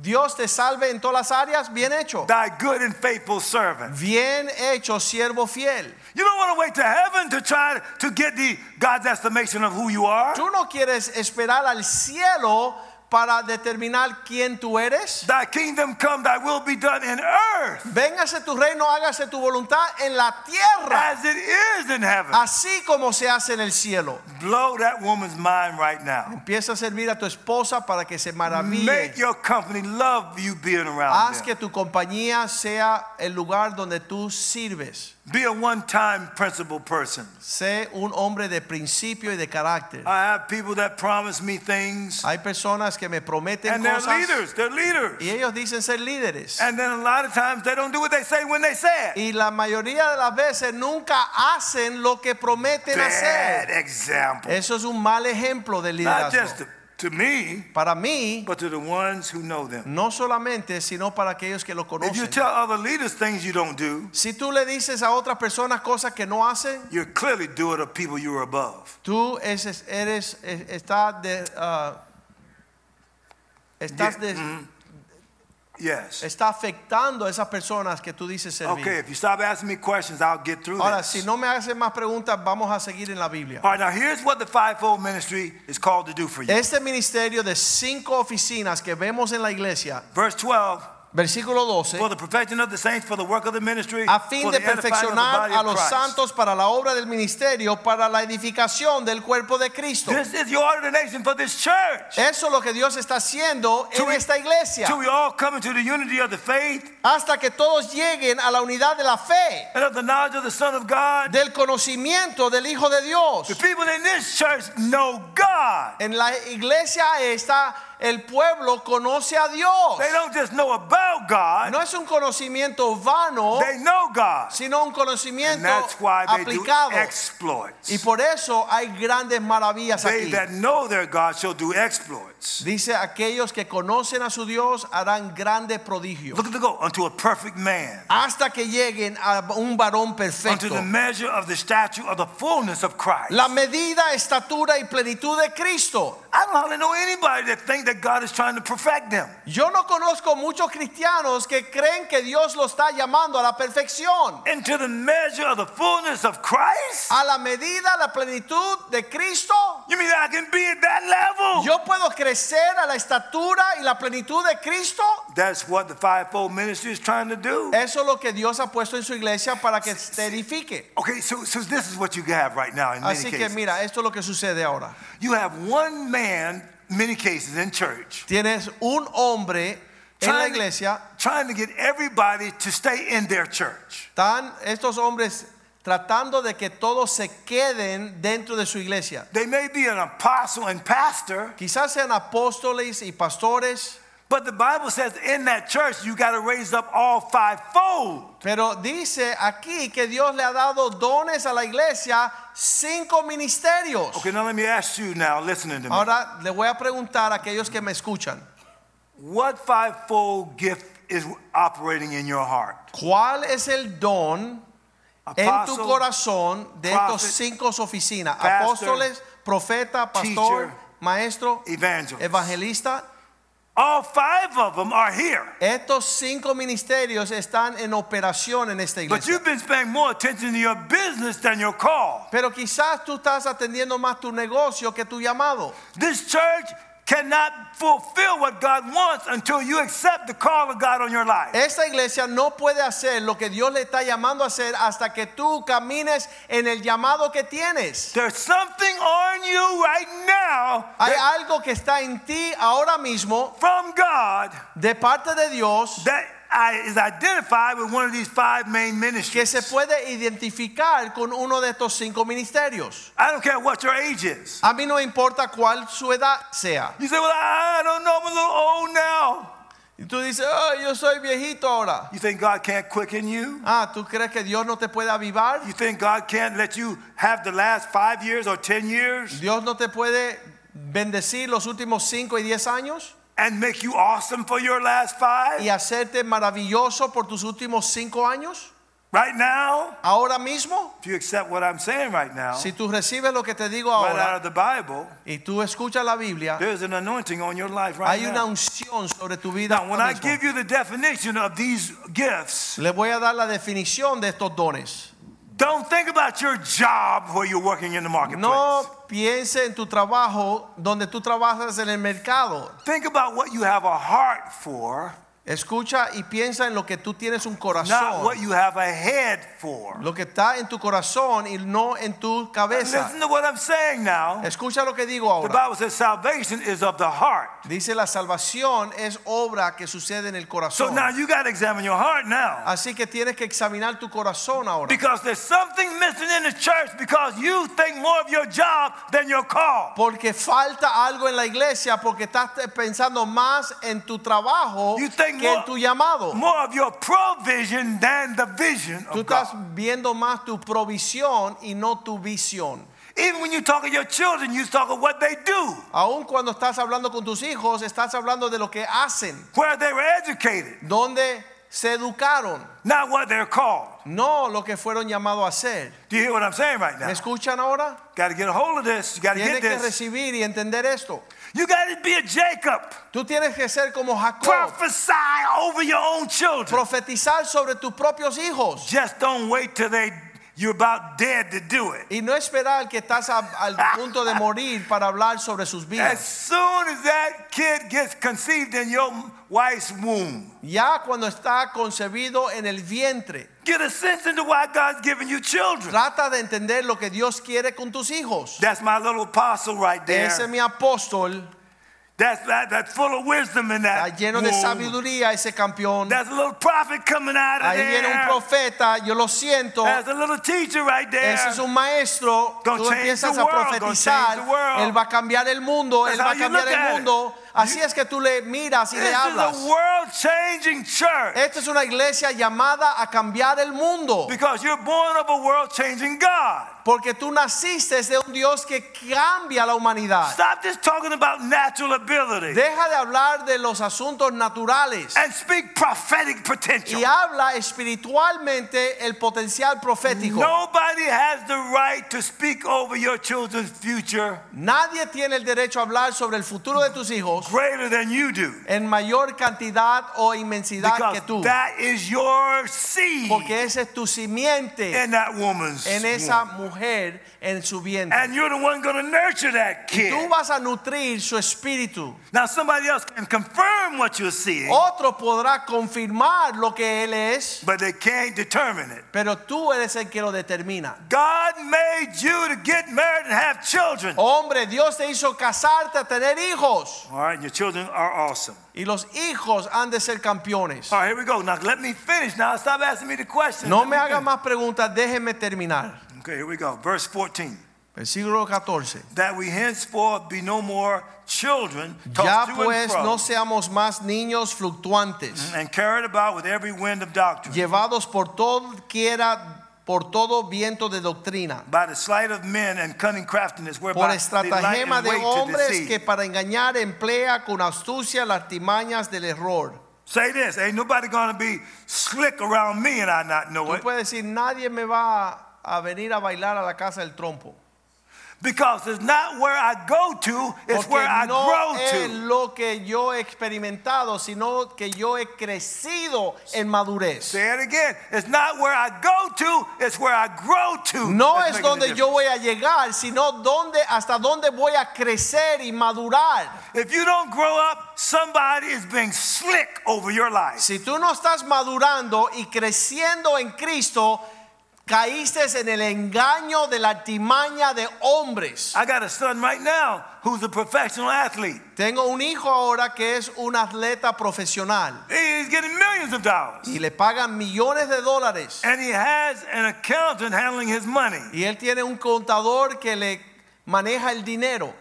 Dios te salve en todas las áreas? Bien hecho.
thy good and faithful servant.
Bien hecho, siervo fiel.
You don't want to wait to heaven to try to get the God's estimation of who you are.
Tú no quieres esperar al cielo para determinar quién tú eres.
Thy kingdom come, thy will be done in earth
Véngase tu reino, hágase tu voluntad en la tierra,
as it is in heaven.
así como se hace en el cielo.
Blow that woman's mind right now.
Empieza a servir a tu esposa para que se maraville.
Make your company love you being around
Haz
them.
que tu compañía sea el lugar donde tú sirves.
Be a one-time principle person.
Sé un hombre de principio y de carácter.
I have people that promise me things,
Hay personas que me prometen
and they're
cosas
leaders. They're leaders.
y ellos dicen ser líderes.
And then a lot of times they don't do what they say when they say it.
Y la mayoría de las veces nunca hacen lo que prometen
Bad
hacer.
example.
Eso es un mal ejemplo de
Not just
liderazgo.
to, to me,
Para mí,
but to the ones who know them.
no solamente, sino para aquellos que lo
If you
conocen.
tell other leaders things you don't do,
Si tú le dices a otras personas cosas que no hacen,
you're clearly doing it to people you're above.
tú es- es- eres, es- estás de, ah, estás,
Yeah,
de-
Yes.
está afectando a esas personas que tú dices servir.
Okay, if you stop asking me questions, I'll get through
Ahora,
this.
si no me hacen más preguntas, vamos a seguir en la Biblia.
All right, now here's what the fivefold ministry is called to do for you.
Este ministerio de cinco oficinas que vemos en la iglesia,
Verse 12
versículo 12,
For the perfecting of the saints, for the work of the ministry,
a
for
fin
the
de
edifying of the
perfeccionar
body of
a los
Christ.
santos para la obra del ministerio, para la edificación del cuerpo de Cristo.
This is your ordination for this church.
Eso es lo que Dios está haciendo
Till
en
we-
esta iglesia,
Till we all come into the unity of the faith
hasta que todos lleguen a la unidad de la fe,
and of the knowledge of the Son of God.
del conocimiento del Hijo de Dios.
The people in this church know God.
En la iglesia está el pueblo conoce a Dios.
They don't just know about God,
No es un conocimiento vano,
they know God.
sino un
And
conocimiento
that's why they
aplicado.
do exploits.
Y por eso hay grandes maravillas
They
aquí.
that know their God shall do exploits.
Dice, aquellos que conocen a su Dios harán grandes prodigios
Look at the goal unto a perfect man.
hasta que lleguen a un varón perfecto.
unto the measure of the statue of the fullness of Christ.
La medida, estatura y plenitud de Cristo.
I don't hardly know anybody that think that God is trying to perfect them.
Yo no conozco muchos cristianos que creen que Dios lo está llamando a la perfección.
Into the measure of the fullness of Christ?
A la medida, la plenitud de Cristo,
You mean I can be at that level?
yo puedo crecer a la estatura y la plenitud de Cristo.
That's what the fivefold ministry is trying to do.
Eso es lo que Dios ha puesto en su iglesia para que se edifique.
Okay, so, so this is what you have right now in many
Así que
cases.
mira, esto es lo que sucede ahora.
You have one man, many cases in church,
Tienes un hombre en la
Trying-
iglesia,
trying to get everybody to stay in their church.
están estos hombres tratando de que todos se queden dentro de su iglesia.
They may be an apostle and pastor,
Quizás sean apóstoles y pastores,
but the Bible says in that church you got to raise up all fivefold.
pero dice aquí que Dios le ha dado dones a la iglesia, cinco ministerios.
Okay, now let me ask you now, listening to me.
Ahora le voy a preguntar a aquellos que me escuchan,
What fivefold gift is operating in your heart?
¿cuál es el don en tu corazón de estos
prophet,
cinco oficinas?
pastor,
Apóstoles, profeta, pastor,
teacher,
maestro,
evangelist.
evangelista.
All five of them are here.
Estos cinco ministerios están en operación en esta
But
iglesia.
you've been paying more attention to your business than your call.
Pero quizás tú estás atendiendo más tu negocio que tu llamado.
This church cannot fulfill what God wants until you accept the call of God on your life.
Esta iglesia no puede hacer lo que Dios le está llamando a hacer hasta que tú camines en el llamado que tienes.
There's something on you right now
Hay
that-
algo que está en ti ahora mismo
from God
de parte de Dios
that I- is identified with one of these five main
que se
ministries.
puede identificar con uno de estos cinco ministerios.
I don't care what your age is.
A mí no importa cuál su edad sea.
You say, Well, I I don't know. I'm a little old now.
Y tú dices, "Oh, yo soy viejito ahora.
You think God can't quicken you?
Ah, ¿tú crees que Dios no te puede avivar?
You think God can't let you have the last five years or ten years
Dios no te puede bendecir los últimos 5 y 10 años
and make you awesome for your last
y
five?
hacerte maravilloso por tus últimos 5 años?
Right now,
Ahora mismo,
if you accept what I'm saying right now,
si tú recibes lo que te digo
right out
ahora
of the Bible,
y tú escuchas la Biblia,
there's an anointing on your life right
hay una
now.
unción sobre tu vida.
Now, when
ahora
I
mismo.
give you the definition of these gifts,
Le voy a dar la definición de estos dones.
don't think about your job where you're working in the marketplace.
No piense en tu trabajo donde tú trabajas en el mercado.
Think about what you have a heart for,
Escucha y piensa en lo que tú tienes un
not what
corazón.
you have a head for.
Lo que está en tu corazón y no en tu cabeza.
Listen to what I'm saying now.
Escucha lo que digo
The
ahora.
Bible says salvation is of the heart.
Dice la salvación es obra que sucede en el
So
corazón.
now you got to examine your heart now.
Así que tienes que examinar tu corazón ahora.
Because there's something missing in the church because you think more of your job than your call.
Porque falta algo en la iglesia porque estás pensando más en tu trabajo
You think
que en
more-
tu llamado.
More of your provision than the vision
Tú
of
estás
God.
viendo más tu provisión y no tu visión.
Even when you talk of your children, you talk of what they do,
Aun cuando estás hablando con tus hijos, estás hablando de lo que hacen,
where they were educated,
donde se educaron,
not what they're called.
no lo que fueron llamados a hacer.
Do you hear what I'm saying right
¿Me
now?
escuchan ahora?
Got to get a hold of this. You got to
Tienes
get
que
this.
recibir y entender esto.
You got to be a Jacob.
Tú tienes que ser como Jacob.
Prophesy over your own children.
profetizar sobre tus propios hijos
Just don't wait till they you're about dead to do it.
y no esperar que estás a- al punto de morir para hablar sobre sus
As
vidas.
soon as that kid gets conceived in your wife's womb,
Ya cuando está concebido en el vientre,
get a sense into why God's giving you children.
trata de entender lo que Dios quiere con tus hijos.
That's my little apostle right there.
Ese es mi apóstol,
That's that, that's full of wisdom in
está
that.
lleno de
womb.
sabiduría ese campeón.
That's a little prophet coming out of
Ahí
there.
viene un profeta, yo lo siento.
That's a little teacher right there.
Ese es un maestro.
Gonna
Tú
change the
empiezas a
world, gonna
profetizar.
change the world.
Él va a cambiar el mundo.
That's
él va
how
a
you
cambiar
look at
el
it.
mundo. Así es que tú le miras y
this
le hablas.
is a world-changing church
Esta es una iglesia llamada a cambiar el mundo.
because you're born of a world-changing God.
Porque tú naciste de un Dios que cambia la humanidad.
Stop just talking about natural ability
Deja de hablar de los asuntos naturales
and speak prophetic potential.
y habla espiritualmente el potencial profético.
Nobody has the right to speak over your children's future
Nadie tiene el derecho a hablar sobre el futuro de tus otros
greater than you do.
en mayor cantidad o inmensidad que
Because
tú.
that is your seed
Porque ese es tu simiente
in that woman's
en esa
womb.
mujer en su vientre.
And you're the one going to nurture that
Y tú
kid.
vas a nutrir su espíritu.
Now somebody else can confirm what you're seeing,
Otro podrá confirmar lo que él es,
but they can't determine it.
pero tú eres el que lo determina.
God made you to get married and have children.
Hombre, Dios te hizo casarte a tener hijos.
All right, and your children are awesome.
Y los hijos han de ser campeones.
All right, here we go. Now let me finish. Now stop asking me the question.
No
Let
me haga
finish.
más preguntas, déjeme terminar.
Okay, here we go. Verse 14.
Versículo 14.
That we henceforth be no more children
Ya
tossed to and
pues
fro
no seamos más niños fluctuantes,
and carried about with every wind of doctrine
llevados por todo quiera, por todo viento de doctrina,
by the sleight of men and cunning craftiness
por
whereby they lie
estratagema
in
de
wait to
hombres
deceive.
que para engañar emplea con astucia las artimañas del error.
Say this, ain't nobody gonna be slick around me and I not know
Tú
it.
puedes decir, nadie me va a venir a bailar a la casa del trompo.
Because it's not where I go to, it's
Porque
where I
no
grow
es
to.
lo que yo he experimentado, sino que yo he crecido en madurez.
Say it again. It's not where I go to, it's where I grow to.
No es
That's making a
donde yo voy a llegar, sino donde hasta dónde voy a crecer y madurar.
difference. If you don't grow up, somebody is being slick over your life.
Si tú no estás madurando y creciendo en Cristo, caíste en el engaño de la artimaña de hombres.
I got a son right now who's a professional athlete.
Tengo un hijo ahora que es un atleta profesional
He's getting millions of dollars.
y le pagan millones de dólares
And he has an accountant handling his money.
y él tiene un contador que le maneja el dinero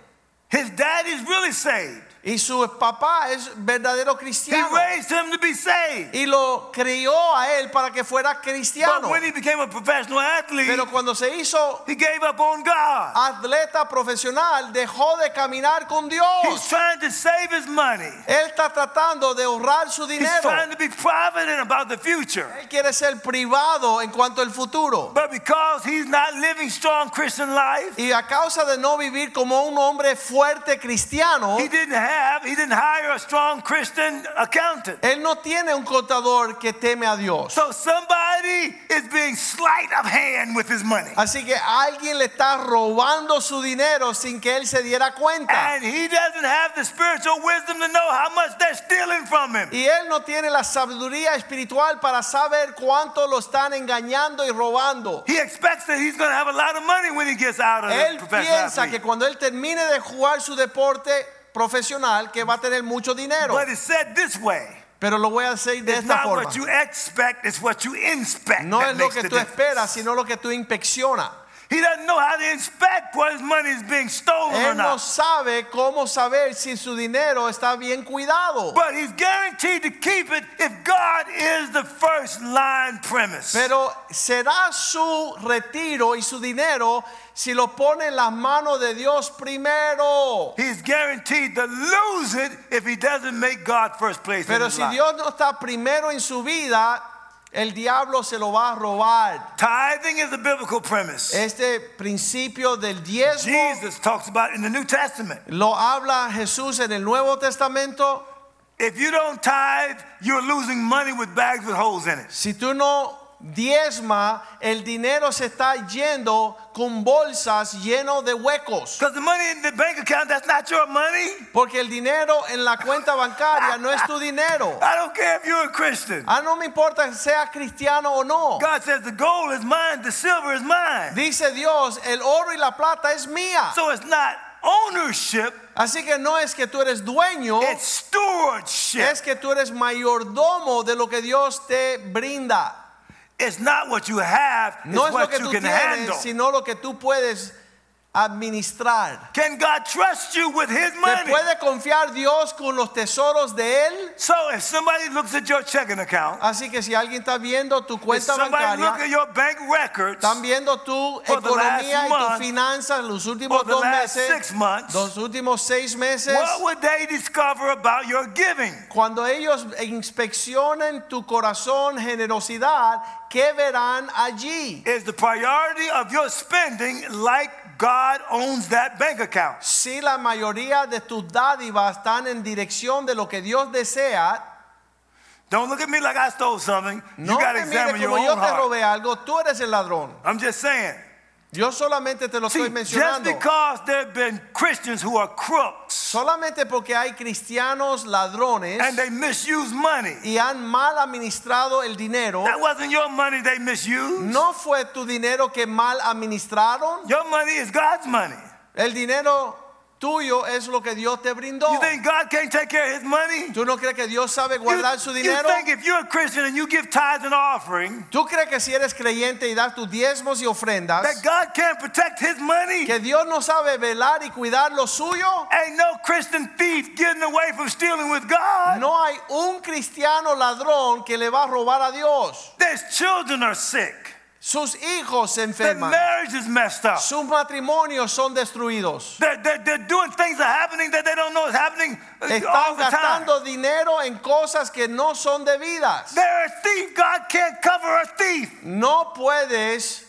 His daddy's really saved.
y su papá es verdadero
He
cristiano
raised him to be saved.
y lo crió a él para que fuera
But
cristiano.
when he became a professional athlete,
Pero cuando se hizo
he gave up on God.
atleta profesional, dejó de caminar con
He's
Dios.
trying to save his money.
Él está tratando de ahorrar su
He's
dinero.
trying to be provident about the future.
Él quiere ser privado en cuanto al futuro.
But because he's not living strong Christian life,
Y a causa de no vivir como un hombre fuerte cristiano,
he didn't have, he didn't hire a strong Christian accountant.
él no tiene un contador que teme a Dios.
So somebody is being sleight of hand with his money.
Así que alguien le está robando su dinero sin que él se diera cuenta.
And he doesn't have the spiritual wisdom to know how much they're stealing from him.
Y él no tiene la sabiduría espiritual para saber cuánto lo están engañando y robando.
He expects that he's going to have a lot of money when he gets out of
Él
the professional
piensa que
athlete.
cuando él termine de jugar su deporte profesional que va a tener mucho dinero.
But it's said this way.
Pero lo voy a decir de
It's
esta
not
forma.
what you expect, it's what you inspect.
No
that
es lo
makes
que
the
tú esperas,
difference.
sino lo que tú inspeccionas.
He doesn't know how to inspect whether his money is being stolen or
Él no
not.
sabe cómo saber si su dinero está bien cuidado.
But he's guaranteed to keep it if God is the first line premise.
Pero será su retiro y su dinero si lo pone en las manos de Dios primero.
He's guaranteed to lose it if he doesn't make God first place in
Pero
his
si
life.
Dios no está primero en su vida, el diablo se lo va a robar.
Tithing is a biblical premise.
Este principio del diezmo
Jesus talks about in the New Testament.
lo habla Jesús en el Nuevo Testamento.
If you don't tithe, you're losing money with bags with holes in it.
Si tú no diezma, el dinero se está yendo con bolsas lleno de huecos.
Because the money in the bank account, that's not your money.
Porque el dinero en la cuenta bancaria no es tu dinero.
I don't care if you're a Christian.
Ah, no me importa si seas cristiano o no.
God says the gold is mine, the silver is mine.
Dice Dios, el oro y la plata es mía.
So it's not ownership,
Así que no es que tú eres dueño,
it's stewardship.
Oh. es que tú eres mayordomo de lo que Dios te brinda.
It's not what you have, it's
No es lo
what
que
you
tú
can
tienes,
handle.
sino lo que tú puedes administrar.
Can God trust you with His
¿Te
money?
puede confiar Dios con los tesoros de Él?
So if somebody looks at your checking account,
Así que si alguien está viendo tu
if
Ah, cuenta
somebody looks
bancaria,
at your bank records,
están viendo tu
For the last
economía y
month,
tus finanzas los últimos
for the
dos
last
meses,
six months,
los últimos seis meses,
what would they discover about your giving?
cuando ellos inspeccionen tu corazón, generosidad, ¿qué verán allí?
Is the priority of your spending like God owns that bank account?
Si la mayoría de tus dádivas están en dirección de lo que Dios desea,
Don't look at me like I stole something.
no
you got to
me mires
examine your
como
own
yo te
heart.
robé algo, tú eres el ladrón.
I'm just saying.
Yo solamente te lo
See,
estoy
just
mencionando.
because there have been Christians who are crooks
Solamente porque hay cristianos ladrones
and they misuse money,
y han mal administrado el dinero,
that wasn't your money they misused.
no fue tu dinero que mal administraron,
Your money is God's money.
el dinero tuyo es lo que Dios te brindó.
You think God can't take care of his money?
¿Tú no crees que Dios sabe
You,
guardar su
you
dinero?
think if you're a Christian and you give tithes and offering,
¿Tú crees que si eres creyente y das tus diezmos y
that
ofrendas,
God can't protect his money?
que Dios no sabe velar y cuidar lo suyo?
Ain't no Christian thief getting away from stealing with God.
No hay un cristiano ladrón que le va a robar a Dios.
There's children are sick.
Sus hijos se
Their
enferman.
marriage is messed up.
Sus matrimonios son destruidos.
They're, they're, they're doing things that are happening that they don't know is happening uh, all
Están
the time.
gastando dinero en cosas que no son debidas.
They're a thief. God can't cover a thief.
No puedes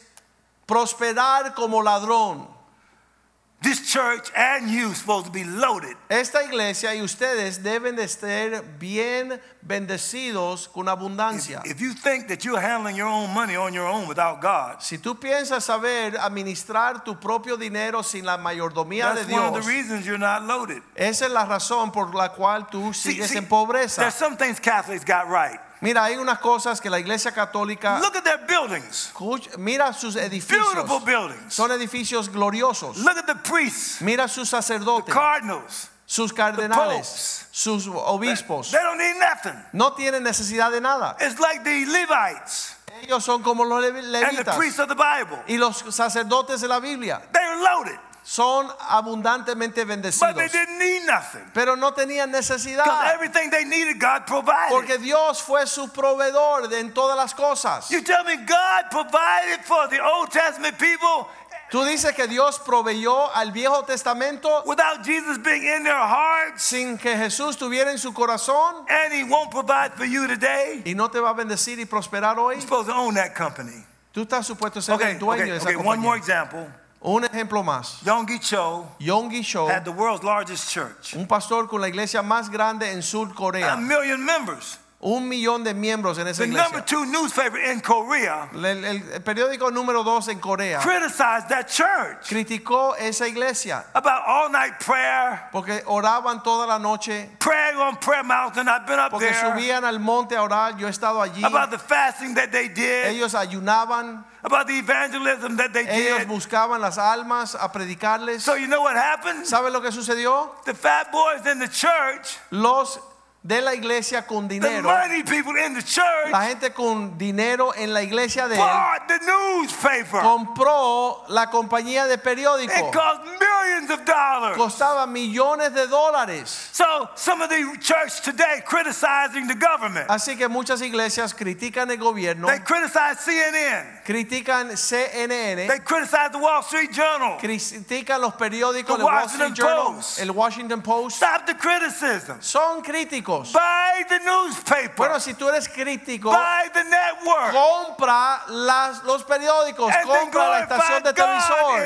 prosperar como ladrón.
This church and you supposed to be loaded.
Esta iglesia y ustedes deben de ser bien bendecidos con abundancia.
If you think that you're handling your own money on your own without God,
Si tú piensas saber administrar tu propio dinero sin la mayordomía de
that's one
Dios,
of the reasons you're not loaded.
esa es la razón por la cual tú
See-
sigues
see,
en pobreza.
There's some things Catholics got right.
Mira, hay unas cosas que la iglesia católica,
Look at their buildings.
escucha- mira sus
Beautiful
edificios,
buildings.
son edificios gloriosos.
Look at the priests,
Mira sus sacerdotes,
cardinals.
sus cardenales,
popes.
sus
They
obispos.
they don't need nothing.
No tienen necesidad de nada.
It's like the Levites
Ellos son como los levi-
and the
levitas
priests of the Bible.
y los sacerdotes de la Biblia.
They're loaded,
Son abundantemente bendecidos.
but they didn't need nothing.
Pero no tenían
Because
necesidad.
everything they needed, God provided.
Ah. Porque Dios fue su proveedor de- en todas las cosas.
you tell me God provided for the Old Testament people
Tú dices que Dios proveyó al Viejo Testamento
without Jesus being in their hearts,
sin que Jesús tuviera en su corazón
and He won't provide for you today.
y no te va a bendecir y prosperar
You're
hoy.
supposed to own that company.
Tú estás supuesto a ser
Okay,
el dueño
okay,
de esa
okay. One
compañía.
more example.
Un ejemplo más.
Yonggi Cho
Yonggi Cho,
had the world's largest church,
un pastor con la iglesia más grande en Sur
a
Corea,
million members,
un millón de miembros en esa
the number
iglesia.
two newspaper in Korea,
El, el- el periódico número dos en Corea
criticized that church
criticó esa iglesia
about all-night prayer,
porque oraban toda la noche,
praying on Prayer Mountain. I've been up
porque
there.
subían al monte a orar. Yo he estado allí.
About the fasting that they did,
Ellos ayunaban,
about the evangelism that they
ellos
did.
buscaban las almas a predicarles.
So you know what happened?
¿Sabe lo que sucedió?
The fat boys in the church,
Los de la iglesia con
the
dinero,
money people in
la
the church,
gente con dinero en la iglesia de él.
bought the newspaper.
compró la compañía de periódico.
It cost millions of dollars.
Costaba millones de dólares.
So some of the church today criticizing the government.
Así que muchas iglesias critican el gobierno,
They criticize CNN.
critican
They
CNN,
criticize the Wall Street Journal.
critican los periódicos,
The
el Wall Street
Washington
Journal,
Post.
el Washington Post.
Stop the criticism.
Son críticos.
Buy the newspaper.
Bueno, si tú eres crítico,
Buy the network.
compra las, los periódicos,
And then
compra la
glorify
estación de
God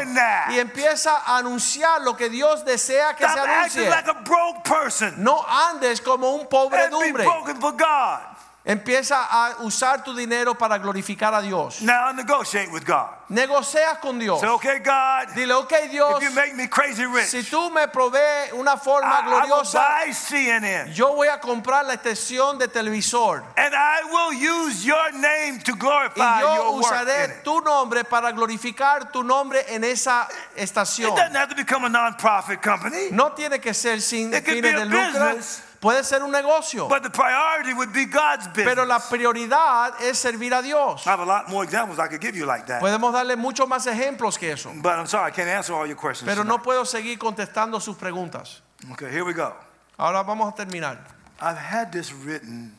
in that.
televisor y empieza a anunciar lo que Dios desea que
Stop
se
acting
anuncie.
like a broke person.
No andes como un
And be
pobredumbre.
broken for God.
Empieza a usar tu dinero para glorificar a Dios.
Now negotiate with God.
Negocias con Dios.
Say, okay, God,
Dile, ok Dios,
if you make me crazy rich,
si tú me provees una forma
I, I will
gloriosa,
buy CNN.
yo voy a comprar la estación de televisor
And I will use your name to
y
glorify
yo
your work in
usaré
it.
tu nombre para glorificar tu nombre en esa
It
estación.
doesn't have to become a non-profit company,
No tiene que ser sin
It
fines
could be a
de lucro,
business.
puede ser un negocio,
but the priority would be God's business.
pero la prioridad es servir a Dios.
I have a lot more examples I could give you like that,
Podemos darle muchos más ejemplos que eso,
but I'm sorry I can't answer all your questions.
pero no
tonight.
puedo seguir contestando sus preguntas.
Okay, here we go.
Ahora vamos a terminar.
I've had this written,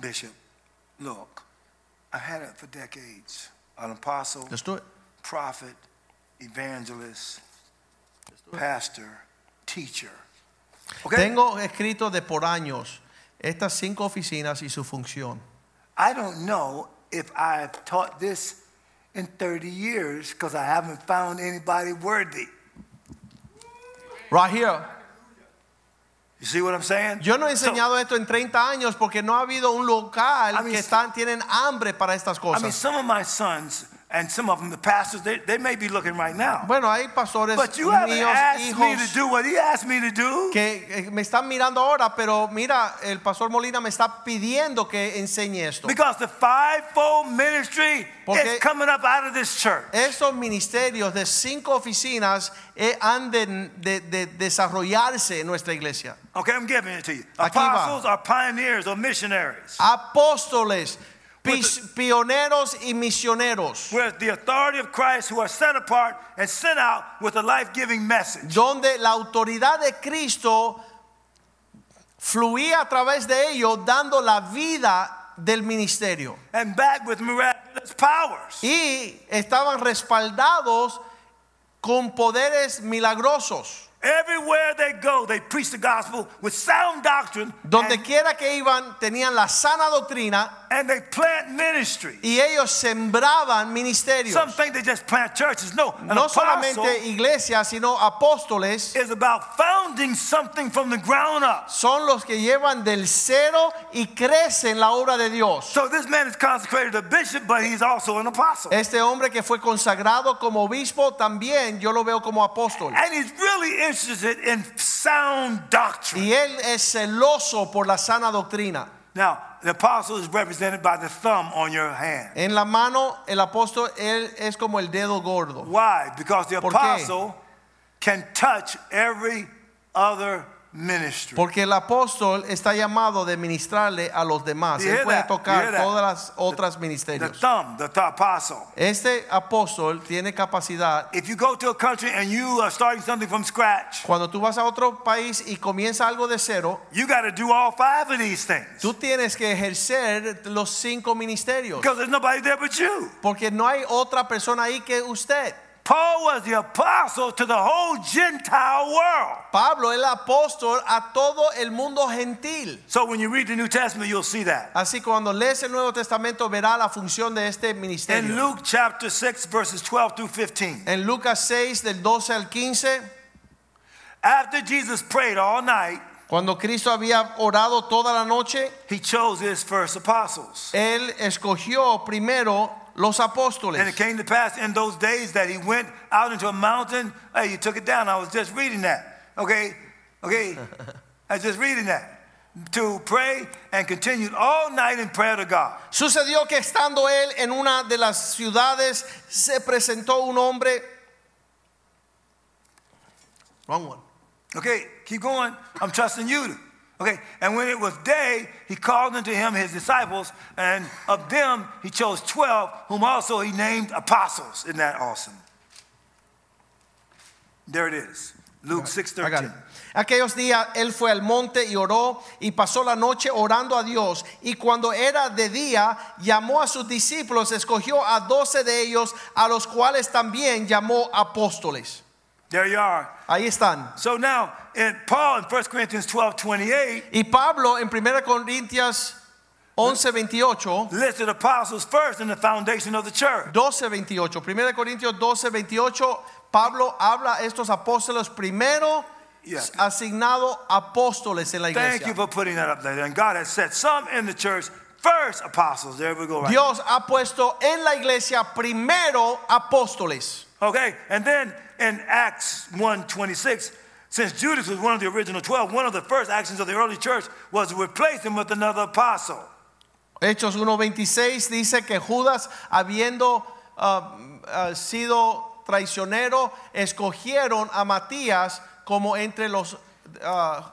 Bishop. Look, I've had it for decades. An apostle,
Let's do it.
prophet, evangelist, pastor, teacher. Okay?
Tengo escrito de por años estas cinco oficinas y su función.
I don't know if I've taught this in 30 years because I haven't found anybody worthy.
Right here.
You see what I'm saying?
Yo no he
So-
enseñado esto en 30 años porque no ha habido un local
I mean,
que están, tienen hambre para estas
I
cosas.
mean, some of my sons and some of them, the pastors, they, they may be looking right now.
bueno, hay pastores,
But you haven't
míos,
asked me to
hijos,
do what he asked me to do.
que eh, me están mirando ahora, pero mira, el pastor Molina me está pidiendo que enseñe esto.
Because the fivefold ministry
Porque- Eh.
is coming up out of this church.
Estos ministerios de cinco oficinas eh, han de, de- de desarrollarse en nuestra iglesia.
Okay, I'm giving it to you.
Aquí va. Ah.
Apostles are pioneers or missionaries.
Apóstoles,
With
pis- pioneros y misioneros,
Whereas the authority of Christ who are set apart and sent out with a life-giving message.
donde la autoridad de Cristo fluía a través de ellos, dando la vida del ministerio.
And back with miraculous powers.
Y estaban respaldados con poderes milagrosos.
Everywhere they go, they preach the gospel with sound doctrine.
Donde
and-
quiera que iban, tenían la sana doctrina
and they plant ministry.
y ellos sembraban ministerios.
Some think they just plant churches. No, an
no
apostle
solamente iglesias, sino apóstoles
is about founding something from the ground up.
son los que llevan del cero y crecen la obra de Dios.
So this man is consecrated a bishop, but he's also an apostle.
Este hombre que fue consagrado como obispo también yo lo veo como apóstol.
And he's really interested in sound doctrine.
Y él es celoso por la sana doctrina.
Now, the apostle is represented by the thumb on your hand.
En la mano el apóstol él es como el dedo gordo.
Why? Because the
¿Por qué?
apostle can touch every other ministry.
Porque el apóstol está llamado de ministrarle a los demás.
You
Él
hear
puede
that? You
tocar
hear that?
todas las otras
The
ministerios.
thumb, the th- apostle.
Este apóstol tiene capacidad.
If you go to a country and you are starting something from scratch,
Cuando tú vas a otro país y comienza algo de cero,
you got to do all five of these things.
tú tienes que ejercer los cinco ministerios.
Because there's nobody there but you.
Porque no hay otra persona ahí que usted.
Paul was the apostle to the whole Gentile world.
Pablo, el apóstol a todo el mundo gentil.
So when you read the New Testament, you'll see that.
Así cuando lees el Nuevo Testamento verá la función de este
In
ministerio.
Luke chapter 6, verses 12 through 15,
En Lucas 6 del 12 al 15,
after Jesus prayed all night,
cuando Cristo había orado toda la noche,
he chose his first apostles.
él escogió primero los
And it
apóstoles.
came to pass in those days that he went out into a mountain. Hey, you took it down. I was just reading that. Okay? Okay? I was just reading that. To pray and continued all night in prayer to God.
Sucedió que estando él en una de las ciudades se presentó un hombre Wrong one.
Okay, keep going. I'm trusting you. To. Okay, and when it was day, he called unto him his disciples, and of them he chose 12, whom also he named apostles. Isn't that awesome? There it is. Luke six
I got
thirteen.
it. Aquellos días él fue al monte y oró y pasó la noche orando a Dios. Y cuando era de día, llamó a sus discípulos, escogió a doce de ellos, a los cuales también llamó apóstoles.
There you are.
Ahí están.
So now, in Paul in 1 Corinthians 12 28
Y Pablo en 1 Corintios 11, 28,
listed apostles first in the foundation of the church.
12, 28, 1 Corintios 12, 28, Pablo habla a estos apóstoles primero
Yeah.
asignado apóstoles en la
Thank you
iglesia.
for putting that up there. And God has set some in the church first apostles. There we go. Right
Dios ha puesto en la iglesia primero apóstoles.
Okay, and then in Acts 1.26, since Judas was one of the original 12, one of the first actions of the early church was to replace him with another apostle.
Hechos 1:26 dice que Judas, habiendo ah, ah, sido traicionero, escogieron a Matías como entre los ah,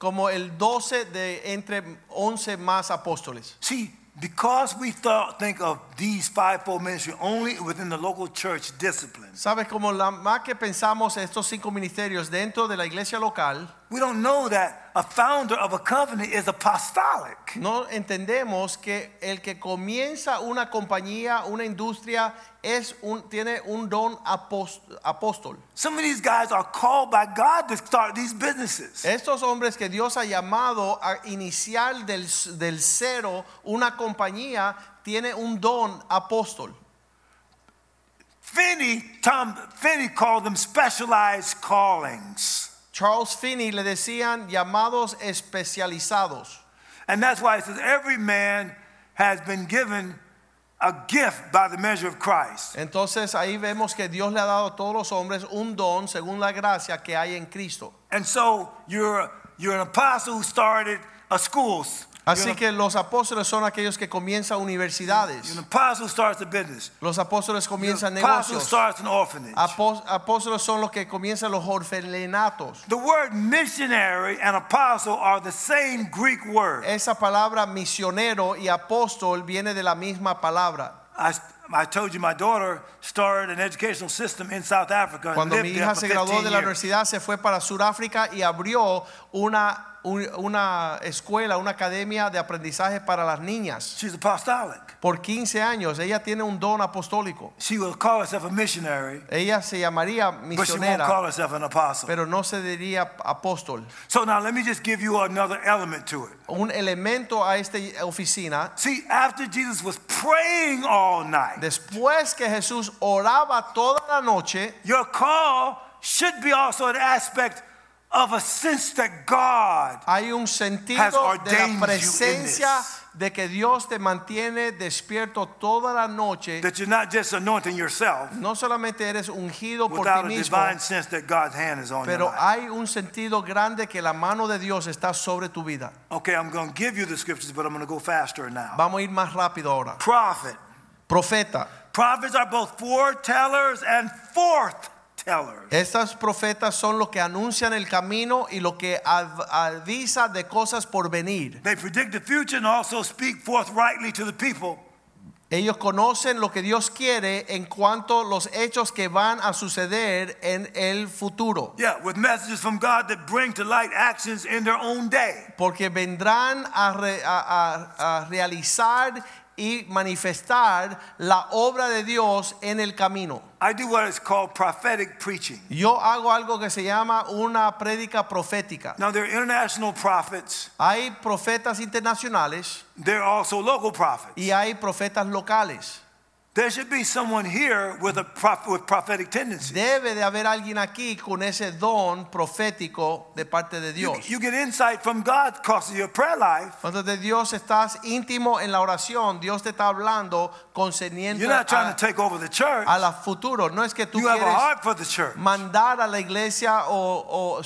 como el 12 de entre 11 más apóstoles.
See, because we thought, think of these fivefold ministry only within the local church disciplines,
Sabes como la más que pensamos estos cinco ministerios dentro de la iglesia local,
we don't know that a founder of a company is apostolic.
no entendemos que el que comienza una compañía, una industria es un tiene un don apos- apóstol.
Some of these guys are called by God to start these businesses.
Estos hombres que Dios ha llamado a iniciar del, del cero una compañía tiene un don apóstol.
Finney, Tom, Finney called them specialized callings.
Charles Finney le decían llamados especializados.
And that's why it says every man has been given a gift by the measure of Christ.
Entonces ahí vemos que Dios le ha dado a todos los hombres un don según la gracia que hay en Cristo.
And so you're, you're an apostle who started a school.
Así que los apóstoles son aquellos que comienzan universidades.
An apostle who starts a business.
Los apóstoles
An
comienzan
apostle who
negocios.
starts an orphanage.
Apó- Apóstoles son los que comienzan los orfanatos.
The word missionary and apostle are the same Greek word.
Esa palabra misionero y apóstol viene de la misma palabra.
I, I told you my daughter started an educational system in South Africa. And
Cuando
lived
mi
there
hija
for
se graduó
15
de la
years.
universidad, se fue para Sudáfrica y abrió una, un- una escuela, una academia de aprendizaje para las niñas.
She's apostolic.
Por 15 años, ella tiene un don apostólico.
She will call herself a missionary,
Ella se llamaría
but she won't
misionera,
call herself an apostle.
pero no se diría apóstol.
So now let me just give you another element to it.
Un elemento a esta oficina,
See, after Jesus was praying all night,
después que Jesús oraba toda la noche,
your call should be also an aspect of a sense that God
hay un
Has
sentido de
ordained you in
la presencia
this.
de que Dios te mantiene despierto toda la noche.
that you're not just anointing yourself
No solamente eres ungido por ti
without a
mismo,
divine sense that God's hand is on your
pero
life.
hay un sentido grande que la mano de Dios está sobre tu vida.
Okay, I'm going to give you the scriptures, but I'm going to go faster now.
Vamos a ir más rápido ahora.
Prophet.
Profeta.
Prophets are both foretellers and forth tellers.
Estas profetas son los que anuncian el camino y lo que av- avisa de cosas por venir.
They predict the future and also speak forthrightly to the people.
Ellos conocen lo que Dios quiere en cuanto a los hechos que van a suceder en el futuro.
Yeah, with messages from God that bring to light actions in their own day.
porque vendrán a, re- a- a- a realizar y manifestar la obra de Dios en el camino.
I do what is called prophetic preaching.
Yo hago algo que se llama una prédica profética.
Now, there are international prophets,
Hay profetas internacionales
there are also local prophets.
y hay profetas locales.
There should be someone here with a proph- with prophetic tendency.
Debe de haber alguien aquí con ese don profético de parte de
You,
Dios.
you get insight from God because of your prayer life.
Cuando de Dios estás íntimo en la oración, Dios te está hablando concerniente
You're not trying
a,
to take over the church.
a la futuro. No es que tú
You have a
quieres
heart for the church.
mandar a la iglesia o, o, uh,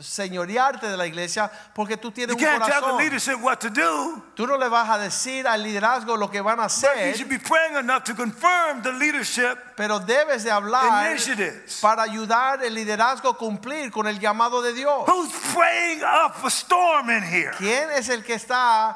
señorearte de la iglesia porque tú tienes
You
un
can't tell the
corazón.
leadership what to do.
Tú no le vas a decir al liderazgo lo que van a
You
hacer,
should be praying enough to confirm the leadership
pero debes de hablar
initiatives.
para ayudar el liderazgo a cumplir con el llamado de Dios.
Who's praying up a storm in here?
¿Quién es el que está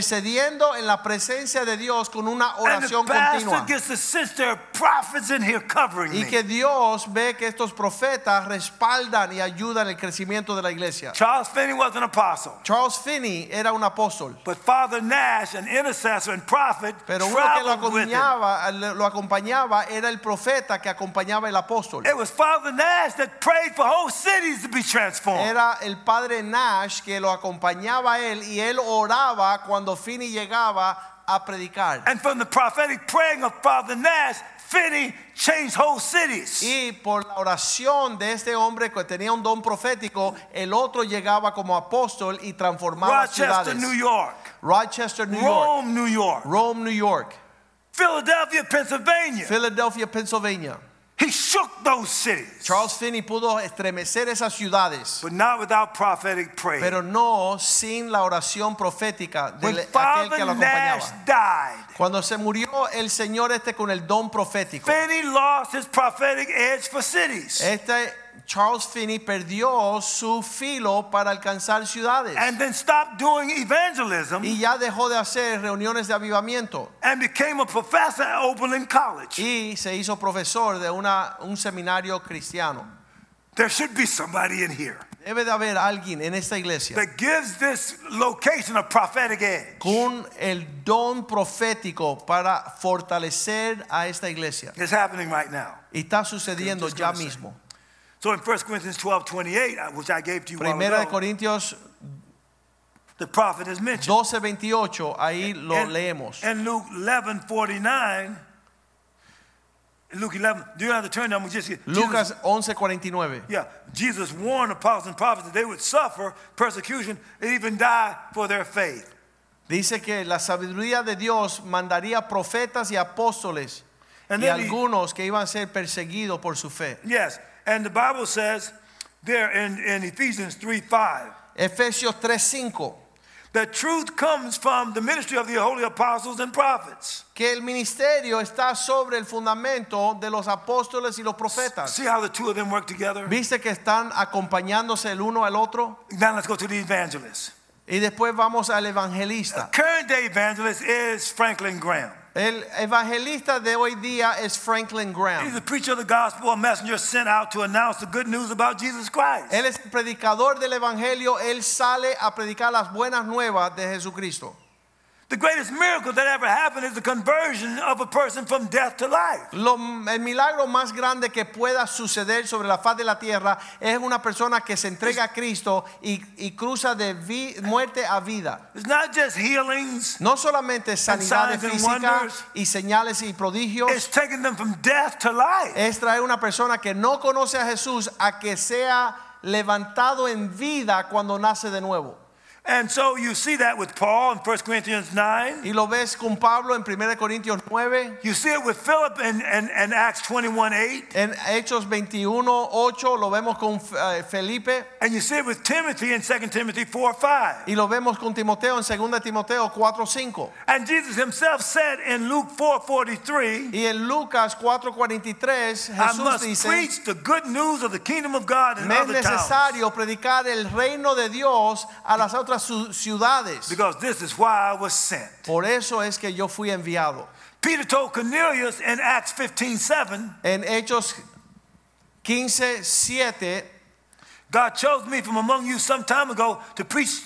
intercediendo en la presencia de Dios con una
And the
oración
pastor
continua?
gets the sense there are prophets in here covering
Y
me.
que Dios ve que estos profetas respaldan y ayudan el crecimiento de la iglesia.
Charles Finney was an apostle.
Charles Finney era un apóstol.
But Father Nash, an intercessor and prophet,
Pero uno que lo
traveled with him.
acompañaba, lo acompañaba era el profeta que acompañaba el apóstol.
It was Father Nash that prayed for whole cities to be transformed.
Era el padre Nash que lo acompañaba a él y él oraba cuando Finney llegaba a predicar.
And from the prophetic praying of Father Nash, Finney changed whole cities.
Y por la oración de este hombre que tenía un don profético, el otro llegaba como apóstol y transformaba
Rochester,
ciudades.
New York.
Rochester, New York.
Rome, New York.
Rome, New York.
Philadelphia, Pennsylvania.
Philadelphia, Pennsylvania.
He shook those cities.
Charles Finney pudo estremecer esas ciudades.
But not without prophetic prayer.
pero no sin la oración profética
when
de aquel que lo
Father Nash
acompañaba.
died,
Cuando se murió el Señor este con el don profético,
Finney lost his prophetic edge for cities.
este Charles Finney perdió su filo para alcanzar ciudades
and then stopped doing evangelism
y ya dejó de hacer reuniones de avivamiento
and became a professor at Oberlin College.
y se hizo profesor de una, un seminario cristiano.
There should be somebody in here
Debe de haber alguien en esta iglesia
that gives this location a prophetic edge.
con el don profético para fortalecer a esta iglesia.
It's happening right now.
Y está sucediendo
Just
ya
gonna say.
mismo.
So in 1 Corinthians 12 28, which I uh, gave to you a while
Primera de
ago,
Corintios
the prophet has mentioned.
12:28, ahí lo leemos.
And Luke 11 49. Luke 11, do you have to turn down? Just, Jesus-
Lucas 11:49.
yeah, Jesus warned apostles and prophets that they would suffer persecution and even die for their faith.
Dice que la sabiduría de Dios mandaría profetas y apóstoles
And
y
then he-
algunos que iban a ser perseguidos por su fe.
Yes, and the Bible says there in, in Ephesians 3 5.
Efesios 3:5,
That truth comes from the ministry of the holy apostles and prophets.
que el ministerio está sobre el fundamento de los apóstoles y los profetas.
See how the two of them work together?
¿Viste que están acompañándose el uno al otro?
Now let's go to the evangelist.
Y después vamos al evangelista.
Current day evangelist is Franklin Graham.
El evangelista de hoy día es Franklin
He's a
Graham.
preacher of the gospel, a messenger sent out to announce the good news about Jesus Christ.
Él es predicador del evangelio, él sale a predicar las buenas nuevas de Jesucristo.
The greatest miracle that ever happened is the conversion of a person from death to life.
Lo- el milagro más grande que pueda suceder sobre la faz de la tierra es una persona que se entrega a Cristo y, y cruza de vi- muerte a vida.
It's not just healings,
No solamente sanidades
signs and
físicas
wonders.
y señales y prodigios,
it's taking them from death to life.
es traer una persona que no conoce a Jesús a que sea levantado en vida cuando nace de nuevo.
And so you see that with Paul in 1 Corinthians 9.
Y lo ves con Pablo en 1 Corintios 9,
You see it with Philip in, in, in Acts 21 8.
en Hechos 21, 8, lo vemos con eh, Felipe.
And you see it with Timothy in 2 Timothy 4 5.
Y lo vemos con Timoteo en 2 Timoteo 4, 5.
And Jesus himself said in Luke four forty three,
Y en Lucas 4:43
I
Jesús
must
dice,
preach the good news of the kingdom of God in
me es
other towns.
necesario predicar el reino de Dios a las otras su- ciudades.
Because this is why I was sent.
Por eso es que yo fui enviado.
Peter told Cornelius in Acts fifteen seven,
En Hechos 15:7
God chose me from among you some time ago to preach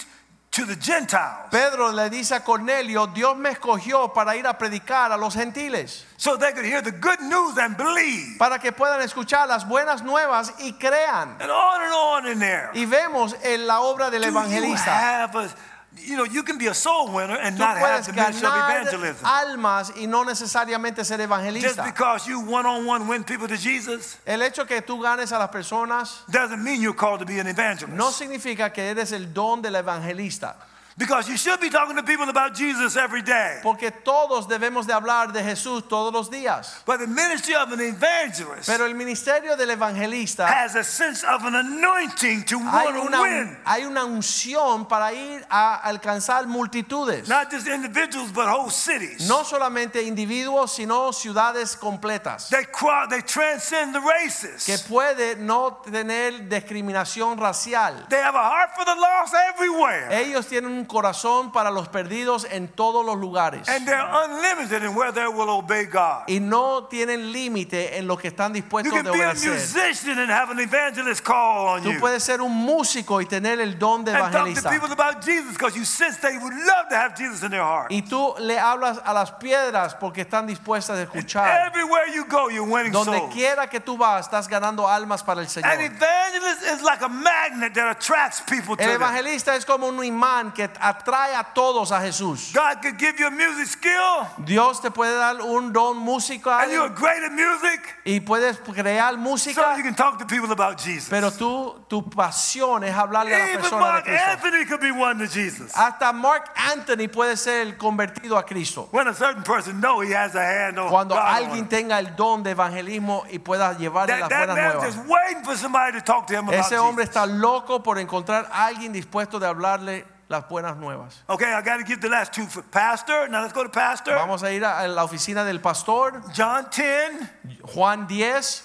to the Gentiles
Pedro le dice a Cornelio, Dios me escogió para ir a predicar a los gentiles,
so they could hear the good news and believe.
para que puedan escuchar las buenas nuevas y crean.
And on and on in there.
Y vemos en la obra del
Do you
evangelista.
have a, you know, you can be a soul winner and
Tú
not have
puedes
the ministry of
ganar
evangelism.
almas y no necesariamente ser
Just
evangelista.
because you one on one win people to Jesus
El hecho que tú ganes a las personas
doesn't mean you're called to be an evangelist.
no significa que eres el don del evangelista,
Because you should be talking to people about Jesus every day.
porque todos debemos de hablar de Jesús todos los días.
But the ministry of an evangelist
Pero el ministerio del evangelista
has a sense of an anointing to
hay
want to win.
una, hay una unción para ir a alcanzar multitudes,
Not just individuals, but whole cities.
no solamente individuos, sino ciudades completas,
They cross, they transcend the
que
races.
puede no tener discriminación racial.
They have a heart for the lost everywhere.
Ellos tienen un corazón para los perdidos en todos los lugares.
And they're unlimited in where they will obey God.
y no tienen límite en lo que están
You
dispuestos
can
de
be a
obedecer.
musician and have an evangelist call on
Tú
you.
puedes ser un músico y tener el don de
And talk to
evangelista.
people about Jesus because you sense they would love to have Jesus in their heart.
Y tú le hablas a las piedras porque están dispuestas a escuchar.
Everywhere you go, you're winning
Donde
souls.
quiera que tú vas, estás ganando almas para el Señor.
An evangelist is like a magnet that attracts people to
El
them.
evangelista es como un imán que atrae a todos a Jesús.
God could give you a music skill,
Dios te puede dar un don musical
and you're great at music,
y puedes crear
so you
música,
can talk to people about Jesus.
pero tú, tu pasión es hablarle a las
Even
personas de
Mark
Cristo.
Anthony could be one to Jesus.
Hasta Mark Anthony puede ser el convertido a Cristo.
When a certain person know he has a hand on
Cuando
God on
alguien
him.
tenga el don de evangelismo y pueda llevarle
that,
las
that
buenas
man's
nuevas.
just waiting for somebody to talk to him about
Ese hombre
Jesus.
está loco por encontrar a alguien dispuesto de hablarle las buenas nuevas.
Okay, I got to give the last two for Pastor. Now let's go to Pastor.
Vamos a ir a la oficina del pastor,
John 10,
Juan 10,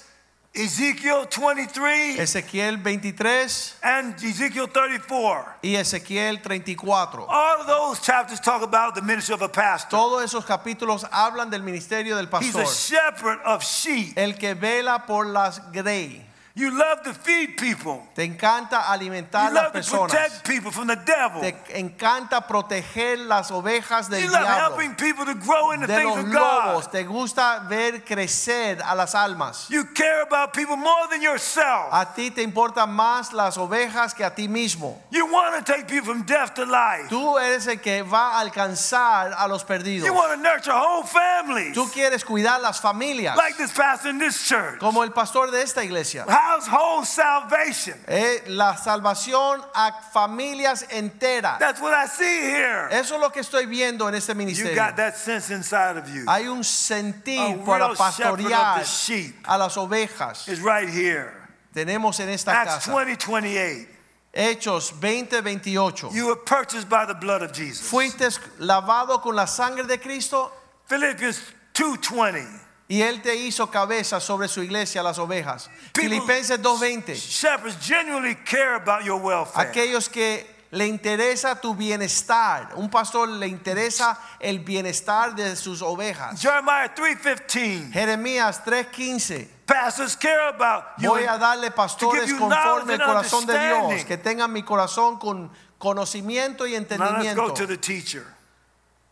Ezekiel 23,
Ezequiel 23
and Ezekiel 34.
y Ezequiel 34.
All of those chapters talk about the ministry of a pastor.
Todos esos capítulos hablan del ministerio del
He's
pastor, Eh.
a shepherd of sheep.
el que vela por las grey.
You love to feed people.
Te encanta alimentar
You
a las
love to
personas.
protect people from the devil.
Te encanta proteger las ovejas del
You love
diablo,
helping people to grow in the
de
things
los
of God.
lobos. Te gusta ver crecer a las almas.
You care about people more than yourself.
A ti te importan más las ovejas que a ti mismo.
You want to take people from death to life.
Tú eres el que va a alcanzar a los perdidos.
You want to nurture whole families.
Tú quieres cuidar las familias,
Like this pastor in this church.
como el pastor de esta iglesia.
Household salvation.
Eh, la salvación a familias enteras.
That's what I see here.
Eso es lo que estoy viendo en este
You
ministerio.
got that sense inside of you.
Hay un
A
sentir para
real shepherd of
pastorear
the sheep
a las ovejas.
is right here.
Tenemos en esta
Acts
casa
20, 28.
Hechos 20, 28.
You were purchased by the blood of Jesus.
Fuiste lavado con la sangre de Cristo
Philippians 2.20.
y Él te hizo cabeza sobre su iglesia, las ovejas.
People-
Filipenses 2.20.
Shepherds genuinely care about your welfare.
Aquellos que le interesa tu bienestar. Un pastor le interesa el bienestar de sus ovejas.
Jeremiah 3.15.
Jeremías 3.15.
Pastors care about you.
Voy a darle pastores
you
conforme
knowledge
el
and
corazón de Dios,
understanding.
que tengan mi corazón con conocimiento y
now let's go to
entendimiento.
the teacher.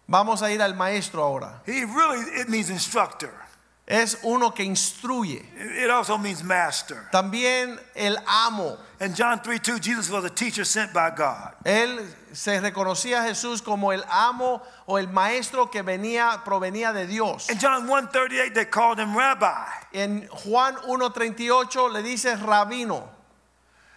Vamos a ir al maestro ahora.
He really, it means instructor.
Es uno que instruye.
It it also means master.
También el amo.
In John 3 2, Jesus was a teacher sent by God.
Él se reconocía a Jesús como el amo o el maestro que venía provenía de Dios.
In John 1 they called him rabbi.
En Juan 1:38 le dice rabino.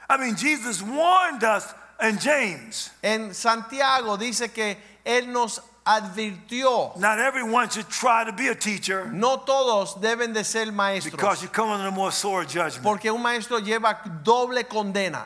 I mean, Jesus warned us in James
En Santiago dice que él nos advirtió.
not everyone should try to be a teacher
No todos deben de ser maestros.
because you come under more sore judgment.
Porque un maestro lleva doble condena.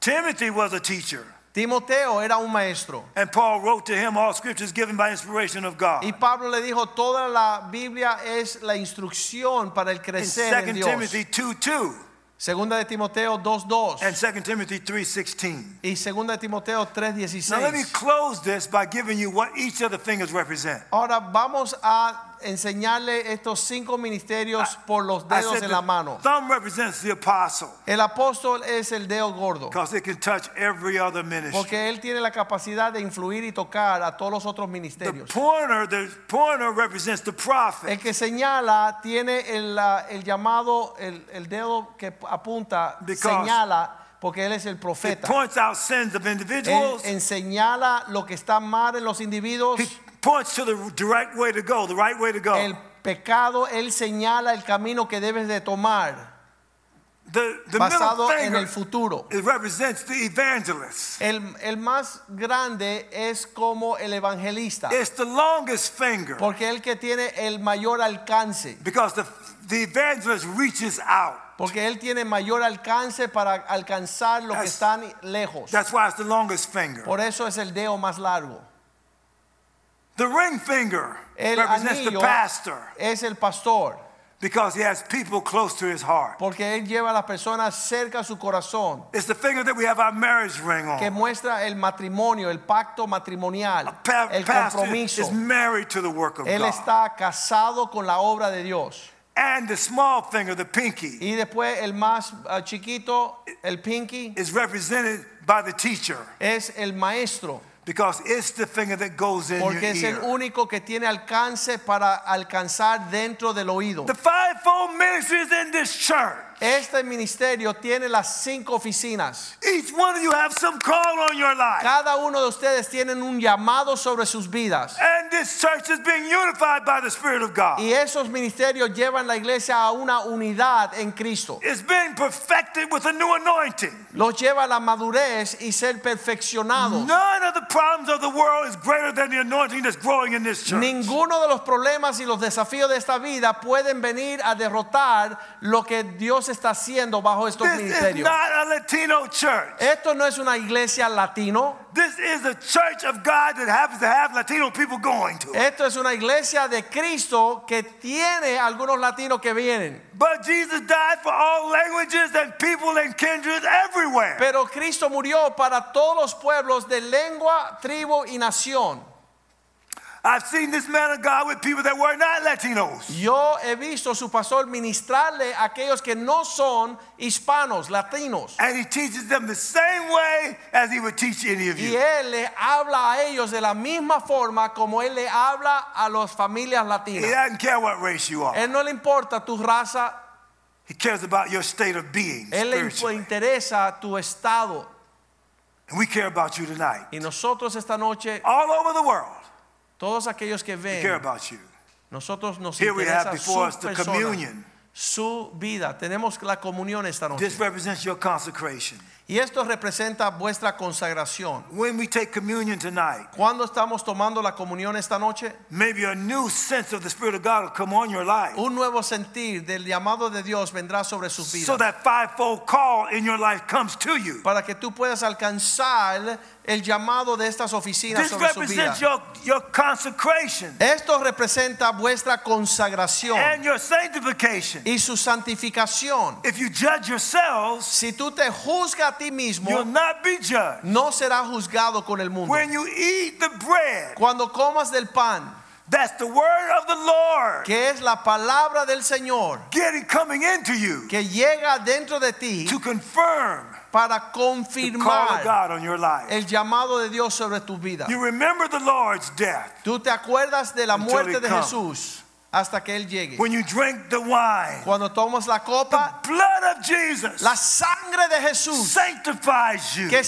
Timothy was a teacher,
Timoteo era un maestro.
and Paul wrote to him, All scripture is given by inspiration of God.
Y Pablo le dijo, toda la Biblia es la instrucción para el
In
crecer en
2
Dios.
Timothy 2 2
Segunda de Timoteo 2.2
and 2 Timothy three sixteen.
y segunda de Timoteo
Now, let me
3.16.
close this by giving you what each of the fingers represent.
Ahora vamos a enseñarle estos cinco ministerios por los
Ah, I
dedos
said
en
the
la mano.
Thumb represents the apostle
El apóstol es el dedo gordo.
because it can touch every other ministry.
Porque él tiene la capacidad de influir y tocar a todos los otros
The
ministerios.
pointer, the pointer represents the prophet.
El que señala tiene el, ah, el llamado, el, el dedo que apunta,
Because
señala, porque él es el
It
profeta.
points out sins of
Él
individuals.
enseñala lo que está mal en los individuos,
He points to the direct way to go, the right way to
el
go.
pecado, él señala el camino que debes de tomar
The, the middle
basado en
finger
el futuro.
it represents the evangelist.
El, el más grande es como el evangelista,
It's the longest finger
porque el que tiene el mayor alcance,
because the, the evangelist reaches out.
porque él tiene mayor alcance para alcanzar los que
That's-
están lejos.
That's why it's the longest finger.
Por eso es el dedo más largo.
The ring finger
El
represents the
anillo
pastor
es el pastor,
because he has people close to his heart.
porque él lleva a las personas cerca a su corazón,
It's the finger that we have our marriage ring
que
on.
muestra el matrimonio, el pacto matrimonial,
Pa-
el
pastor
compromiso.
is married to the work of
Él
God.
está casado con la obra de Dios.
And the small finger, the pinky,
Y después el más ah, chiquito, el pinky,
is represented by the teacher
es el maestro,
because it's the finger that goes in your
porque es el
ear.
único que tiene alcance para alcanzar dentro del oído.
The fivefold ministries in this church,
Este ministerio tiene las cinco oficinas.
each one of you have some call on your life.
Cada uno de ustedes tienen un llamado sobre sus vidas.
And this church is being unified by the Spirit of God.
Y esos ministerios llevan la iglesia a una unidad en Cristo.
It's being perfected with a new anointing.
Los lleva a la madurez y ser perfeccionados.
None of the problems of the world is greater than the anointing that's growing in this church.
Ninguno de los problemas y los desafíos de esta vida pueden venir a derrotar lo que Dios está haciendo bajo estos
This is
ministerios.
not a Latino church.
Esto no es una iglesia latino.
This is a church of God that happens to have Latino people going to. it.
Esto es una iglesia de Cristo que tiene algunos latinos que vienen.
But Jesus died for all languages and people and kindreds everywhere.
Pero Cristo murió para todos los pueblos de lengua, tribu y nación.
I've seen this man of God with people that were not Latinos.
Yo he visto su pastor ministrarle a aquellos que no son hispanos, latinos.
And he teaches them the same way as he would teach any of
Y
you.
él le habla a ellos de la misma forma como él le habla a las familias
He
latinas.
doesn't care what race you are.
Él no le importa tu raza,
He cares about your state of being
él le
spiritually.
interesa tu estado.
And we care about you tonight.
Y nosotros esta noche,
All over the world,
todos aquellos que
we care
ven,
about you.
nosotros nos
Here we have
interesa
before
su
us the
persona,
communion.
su vida. Tenemos la comunión esta
This
noche.
represents your consecration.
Y esto representa vuestra consagración.
When we take communion tonight,
Cuando estamos tomando la comunión esta noche,
maybe a new sense of the Spirit of God will come on your life.
un nuevo sentir del llamado de Dios vendrá sobre sus vidas.
So that fivefold call in your life comes to you.
para que tú puedas alcanzar el llamado de estas oficinas
This
sobre su vida.
represents your, your consecration
Esto representa vuestra consagración
and your sanctification.
y su santificación.
If you judge yourselves,
Si tú te juzgas a ti mismo,
you'll not be judged.
no serás juzgado con el mundo.
When you eat the bread,
Cuando comas del pan,
that's the word of the Lord
que es la palabra del Señor,
getting coming into you
que llega dentro de ti
to confirm
para
the call of
confirmar
God on your life.
el llamado de Dios sobre tu vida.
You remember the Lord's death
Tú te acuerdas de la
Until
muerte
he
de
comes.
Jesús hasta que Él llegue.
when you drink the wine.
Cuando tomas la copa,
The blood of Jesus
La sangre de Jesús
sanctifies you
que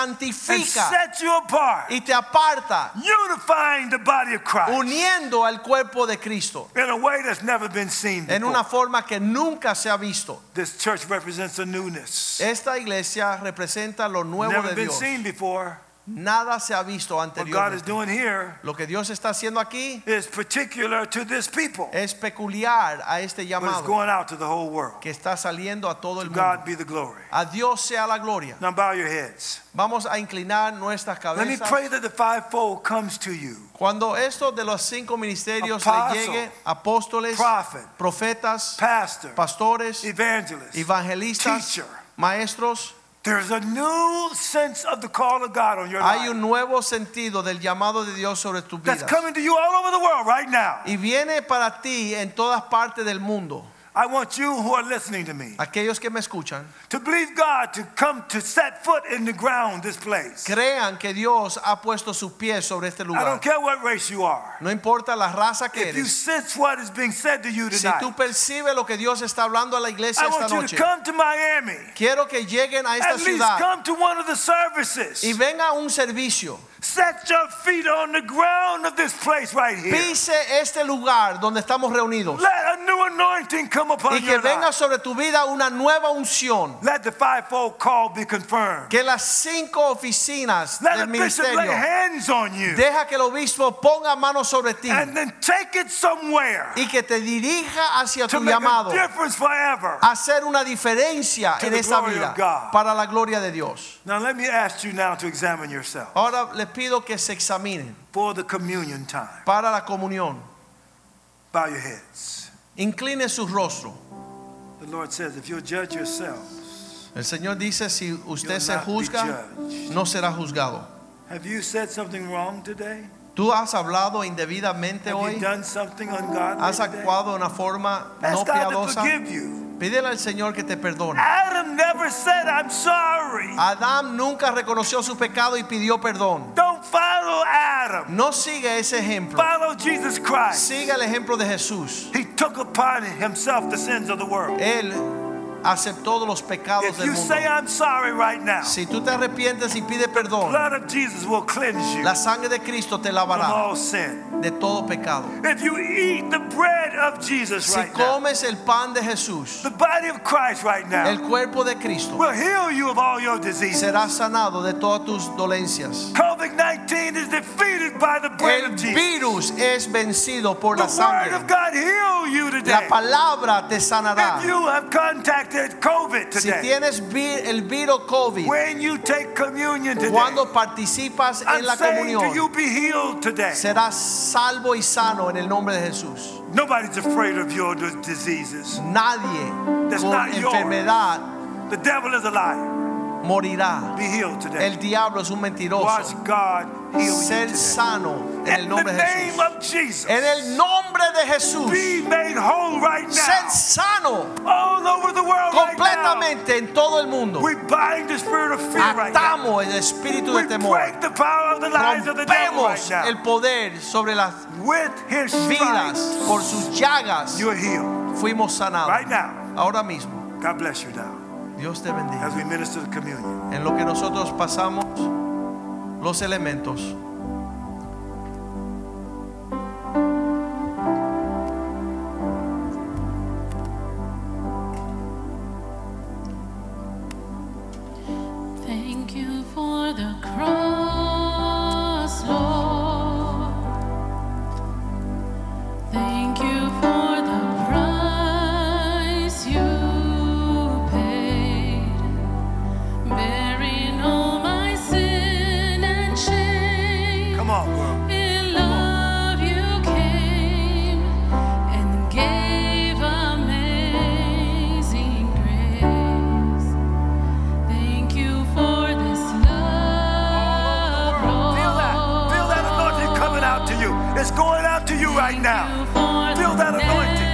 and
te santifica
sets you apart,
y te aparta,
unifying the body of Christ
uniendo al cuerpo de Cristo
in a way that's never been seen
en una
before.
forma que nunca se ha visto.
This church represents a newness.
Esta iglesia representa lo nuevo
Never
de
been
Dios.
seen before.
Nada se ha visto
What God is
anteriormente.
doing here
Lo que Dios está haciendo aquí
is particular to this people,
es peculiar a este
but it's
llamado
going out to the whole world.
que está saliendo a todo el mundo.
God be the glory.
A Dios sea la gloria.
Now bow your heads.
Vamos a inclinar nuestras
Let me
cabezas.
pray that the fivefold comes to you.
Cuando esto de los cinco ministerios le
Apostle,
llegue, apóstoles,
prophet,
profetas,
Pastor,
pastores,
evangelist,
evangelistas,
teacher.
maestros,
There's a new sense of the call of God on your
hay un
life
nuevo sentido del llamado de Dios sobre tu
that's
vida.
coming to you all over the world right now.
Y viene para ti en todas partes del mundo,
I want you who are listening to me
aquellos que me escuchan,
to believe God to come to set foot in the ground this place.
crean que Dios ha puesto sus pies sobre este
I
lugar.
don't care what race you are.
No importa la raza que
If you
eres,
sense what is being said to you
si tú
tonight,
percibes lo que Dios está hablando a la iglesia
I
esta
want you to
noche,
come to Miami.
quiero que lleguen a esta
At least
ciudad
come to one of the
y
services.
vengan a un servicio.
Set your feet on the ground of this place right here.
Pise este lugar donde estamos reunidos
Let a new anointing come
y
upon
que
your
venga
life.
sobre tu vida una nueva unción.
Let the fivefold call be confirmed.
que las cinco oficinas
Let
del
a bishop lay
ministerio
hands on you
deja que el obispo ponga mano sobre ti
and then take it somewhere
y que te dirija hacia
to
tu
make
llamado
a difference forever.
a hacer una diferencia
To
en
the
esta
glory
vida
of God.
para la gloria de Dios.
Now let me ask you now to examine yourself
Ahora les pido que se examinen
for the communion time.
para la comunión.
Bow your heads.
Incline su rostro.
The Lord says, if you'll judge yourselves,
El Señor dice, si usted
You'll
se
not be
juzga,
judged.
no será juzgado.
have you said something wrong today?
Tú has hablado indebidamente
Have you
hoy,
done something ungodly
has
today?
actuado de una forma no
Ask God to
piadosa.
forgive you.
Pídele al Señor que te perdone.
Adam never said, I'm sorry.
Adán nunca reconoció su pecado y pidió perdón.
Don't follow Adam.
No sigue ese ejemplo.
Follow Jesus Christ.
Sigue el ejemplo de Jesús.
He took upon himself the sins of the world.
Él aceptó los pecados
If
del
you
mundo.
say, I'm sorry right now,
Si tú te arrepientes y pides perdón,
blood of Jesus will cleanse you
la sangre de Cristo te
from
lavará
all sin.
de todo pecado.
If you eat the bread of Jesus
Si
right now,
comes el pan de Jesús,
the body of Christ right
el
now,
cuerpo de Cristo
will heal you of all your diseases.
será sanado de todas tus dolencias.
COVID 19 is defeated by the bread
El
of Jesus.
virus es vencido por la
The Word of
sangre.
God heal you today.
La palabra te sanará.
If you have contacted COVID
Si
today,
tienes vi- el virus COVID,
when you take communion today,
Cuando participas
I'm
en la
saying to you,
comunión,
be healed today.
serás salvo y sano en el nombre de Jesús.
Nobody's afraid of your d- diseases.
Nadie
That's
con
not yours.
enfermedad
The devil is a liar.
morirá.
Be healed today.
El diablo es un
Watch
mentiroso.
God heal you
Ser
today.
sano en el
In the
nombre de
name
Jesús.
of Jesus,
En el nombre de Jesús.
be made whole right
Ser
now.
sano
All over the world right now.
completamente en todo el mundo.
We bind the spirit of fear right now.
Atamos el espíritu
We
de temor.
break the power of the lies of the devil right
Rompemos el
now.
poder sobre las
With his
vidas.
stripes,
Por sus llagas
you're healed
fuimos sanados.
right now.
Ahora mismo,
God bless you now.
Dios te bendiga.
As we minister the communion,
En lo que nosotros pasamos los elementos.
Thank you for the cross, Lord. Thank you for the price you paid, bearing all my sin and shame.
come on, world.
In love you came and gave amazing grace. Thank you for this love.
Feel that. Feel that anointing coming out to you. It's going out to you right now. Feel that anointing.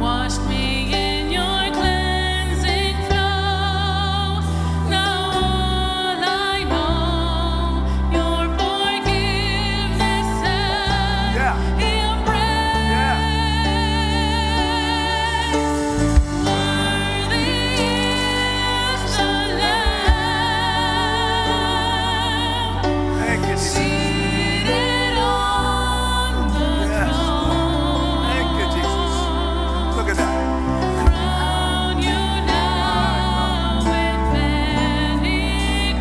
Wash me in your cleansing flow. Now all I know, your forgiveness and
Yeah.
embrace. Worthy is the Lamb.
Thank you, Jesus.
Seated on the
Yes. Thank you, Jesus. Look at that.
crown you now with many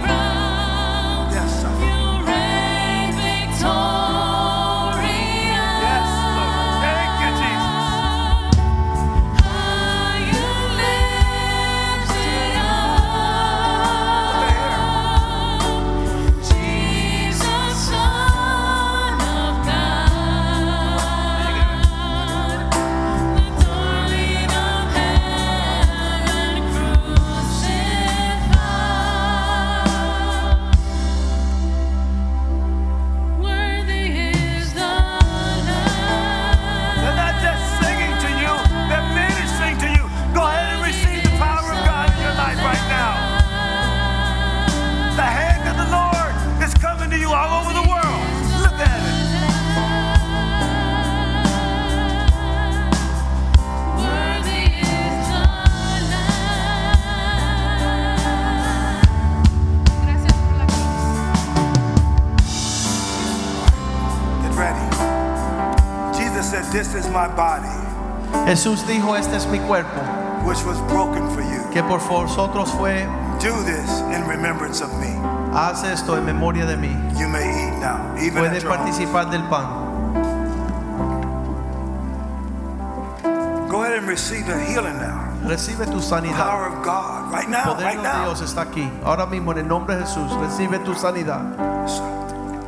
crowns.
Yes, sir.
You reign victorious.
Yes, Lord. Thank you, Jesus.
High you lifted up, Jesus, Son of God, the darling of heaven, crucified. Worthy is the Lamb.
They're not just singing to you, they're ministering to you. Go ahead and receive the power of God in your life right now. The hand of the Lord is coming to you all over the world. Look at it.
Worthy is the Lamb. Gracias por la cruz.
Get ready. Jesus said, This is my body,
Jesús dijo, este es mi cuerpo,
which was broken for you.
que por vosotros fue,
Do this in remembrance of me.
haz esto en memoria de mí.
You may eat now, even at
Puedes
your home.
participar del pan.
Go ahead and receive the healing now.
Recibe tu sanidad.
Power of God, right
El
now,
poder
Oh, right
de
now.
Dios está aquí. Ahora mismo en el nombre de Jesús, recibe tu sanidad.
Yes.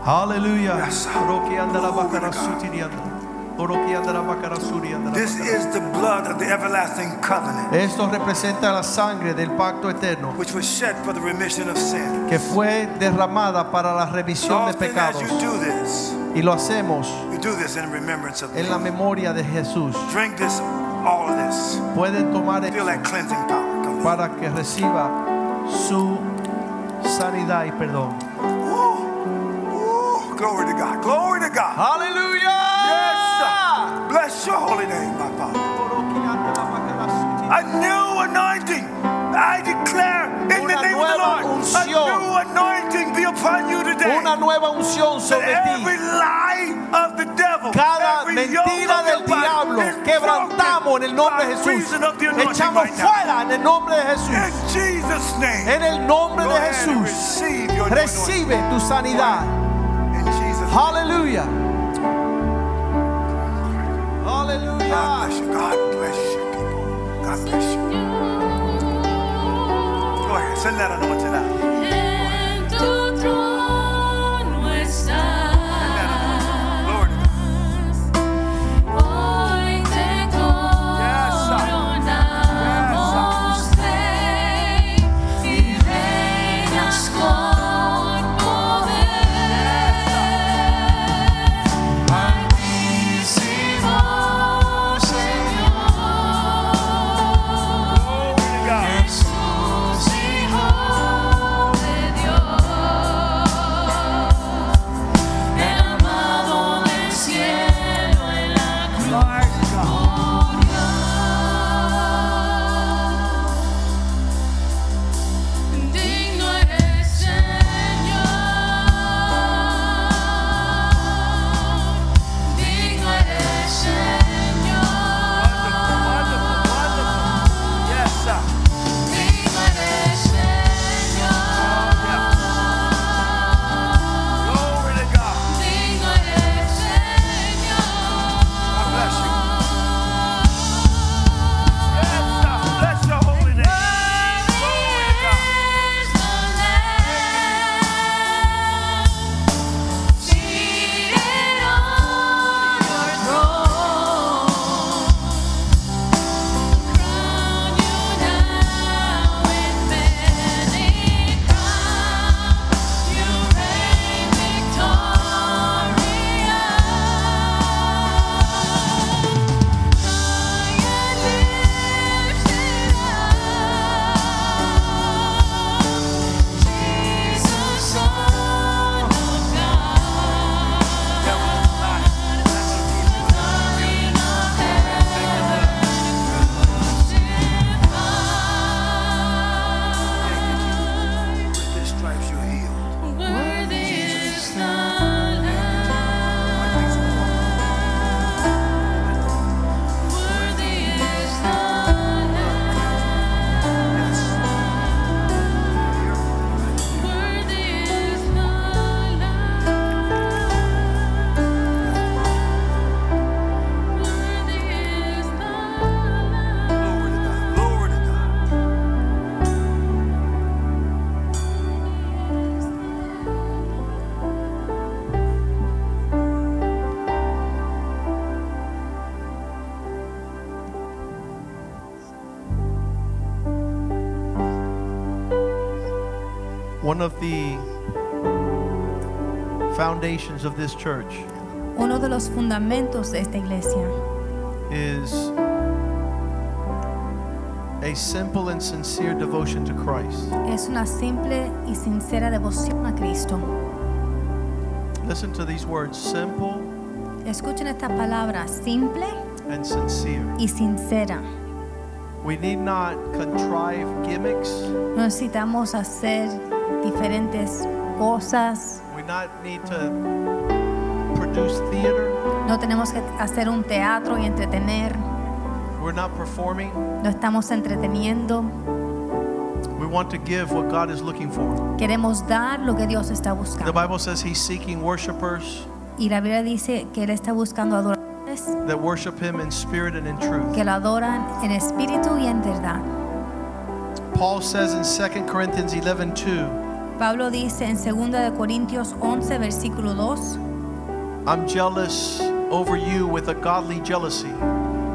Aleluya.
Yes.
Oro que anda la
Glory
vaca
to God.
rasutiri anda. Oro que anda la vaca rasuri anda la
This
vaca
is the blood of the everlasting covenant,
Esto representa la sangre del pacto eterno
which was shed for the remission of sin.
que fue derramada para la remisión de
Often as
pecados.
you do this,
Y lo hacemos
you do this in remembrance of me.
en la memoria de Jesús.
Drink this, all of this.
Pueden tomar
Feel
esto
that cleansing power. Come on.
para que reciba su sanidad y perdón.
Ooh, ooh, glory to God. Glory to God.
Aleluya.
Yes. Bless your holy name, my Father. A new anointing. I declare in the
Una
name of the
nueva
Lord. A
unción.
new anointing be upon you today.
Una nueva unción sobre
That every
ti.
lie of the devil,
Cada
every yoke
mentira
of
del
your body
diablo
is
quebrantamos en el nombre de
broken by
Jesús.
reason of the anointing
Echamos
right now.
fuera en el nombre de
In
Jesús.
Jesus' name.
En el nombre
Go
de
ahead and
Jesús.
receive your new anointing.
Recibe tu sanidad.
In Jesus' name.
Aleluya.
God
Aleluya.
bless you. God bless you, people. God bless you. Go ahead. Send that anointing out.
En tu trono estás,
Glory to God.
hoy te coronas.
One of the foundations of this church
Uno de los fundamentos de esta iglesia
is a simple and sincere devotion to Christ.
es una simple y sincera devoción a Cristo.
Listen to these words simple
Escuchen esta palabra simple
and sincere.
y sincera.
We need not contrive gimmicks.
No necesitamos hacer diferentes cosas.
We not need to produce theater.
No tenemos que hacer un teatro y entretener.
We're not performing.
No estamos entreteniendo.
We want to give what God is looking for.
Queremos dar lo que Dios está
The
buscando.
Bible says he's seeking worshipers
Y la Biblia dice que Él está buscando adoradores
that worship him in spirit and in truth.
que lo adoran en espíritu y en verdad.
Paul says in 2 Corinthians 11:2,
Pablo dice en 2 de Corintios 11, versículo 2,
I'm jealous over you with a godly jealousy.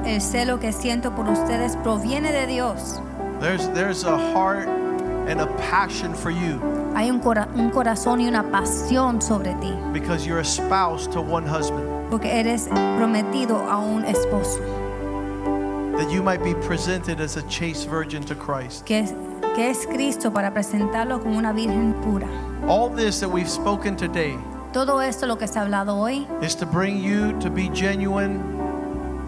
el celo que siento por ustedes proviene de Dios.
There's there's a heart and a passion for you
Hay un, cora- un corazón y una pasión sobre ti,
because you're espoused to one husband,
porque eres prometido a un esposo,
that you might be presented as a chaste virgin to Christ.
que es, que es Cristo para presentarlo como una virgen pura.
All this that we've spoken today
Todo esto lo que se ha hablado hoy
is to bring you to be genuine,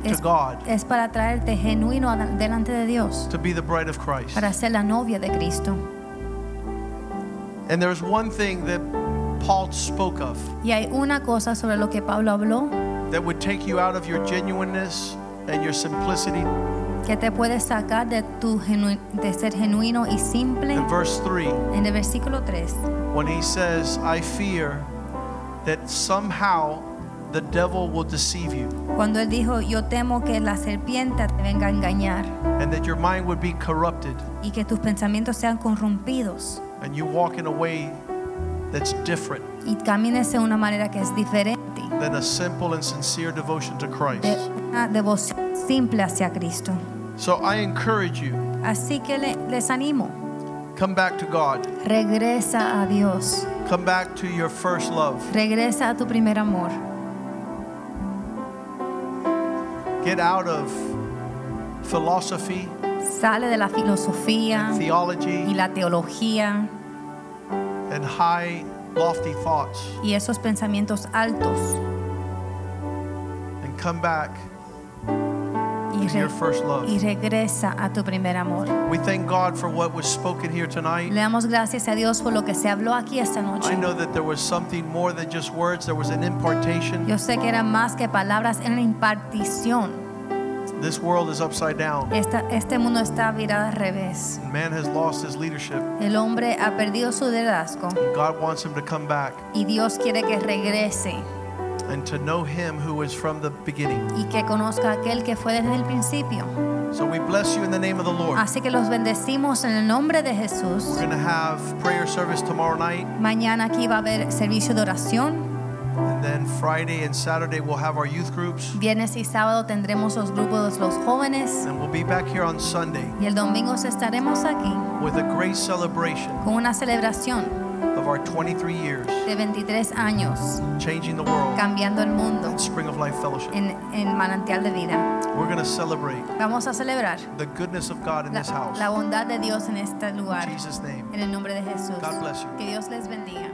es,
To God.
es para traerte genuino ad- delante de Dios,
to be the bride of Christ.
para ser la novia de Cristo.
And there's one thing that Paul spoke of
Y hay una cosa sobre lo que Pablo habló
that would take you out of your genuineness and your simplicity.
que te puede sacar de, tu genu- de ser genuino y simple.
In verse 3,
En el versículo 3,
when he says, I fear that somehow the devil will deceive you.
cuando él dijo, yo temo que la serpiente te venga a engañar
and that your mind would be corrupted
y que tus pensamientos sean corrompidos
and you walk in a way that's different
y camines de una manera que es diferente
than a simple and sincere devotion to
de
Christ.
una devoción simple hacia Cristo.
So I encourage you,
Así que le- les animo,
come back to God.
regresa a Dios,
Come back to your first love.
regresa a tu primer amor,
Get out of philosophy
sale de la filosofía
and
y
theology
la teología
and high lofty thoughts
y esos pensamientos altos
and come back.
y,
To your first love.
y regresa a tu primer amor.
We thank God for what was spoken here tonight.
Le damos gracias a Dios por lo que se habló aquí esta
I
noche.
know that there was something more than just words. There was an impartation.
Yo sé que eran más que palabras en la impartición.
This world is upside down.
Esta- este mundo está virado al revés.
Man has lost his leadership.
El hombre ha perdido su liderazgo
God wants him to come back
y Dios quiere que regrese
and to know him who is from the beginning.
y que conozca a aquel que fue desde el principio.
So we bless you in the name of the Lord.
Así que los bendecimos en el nombre de Jesús.
We're going to have prayer service tomorrow night,
Mañana aquí va a haber servicio de oración.
and then Friday and Saturday we'll have our youth groups,
Viernes y sábado tendremos los grupos de los jóvenes
and we'll be back here on Sunday
y el domingo estaremos aquí
with a great celebration
con una celebración
of our 23 years
de 23 años
changing the world.
cambiando el mundo
at Spring of Life Fellowship.
en, en manantial de vida.
We're going to celebrate
Vamos a celebrar
the goodness of God in
la,
this house.
la bondad de Dios en este lugar.
In Jesus' name.
En el nombre de Jesús.
God bless you.
Que Dios les bendiga.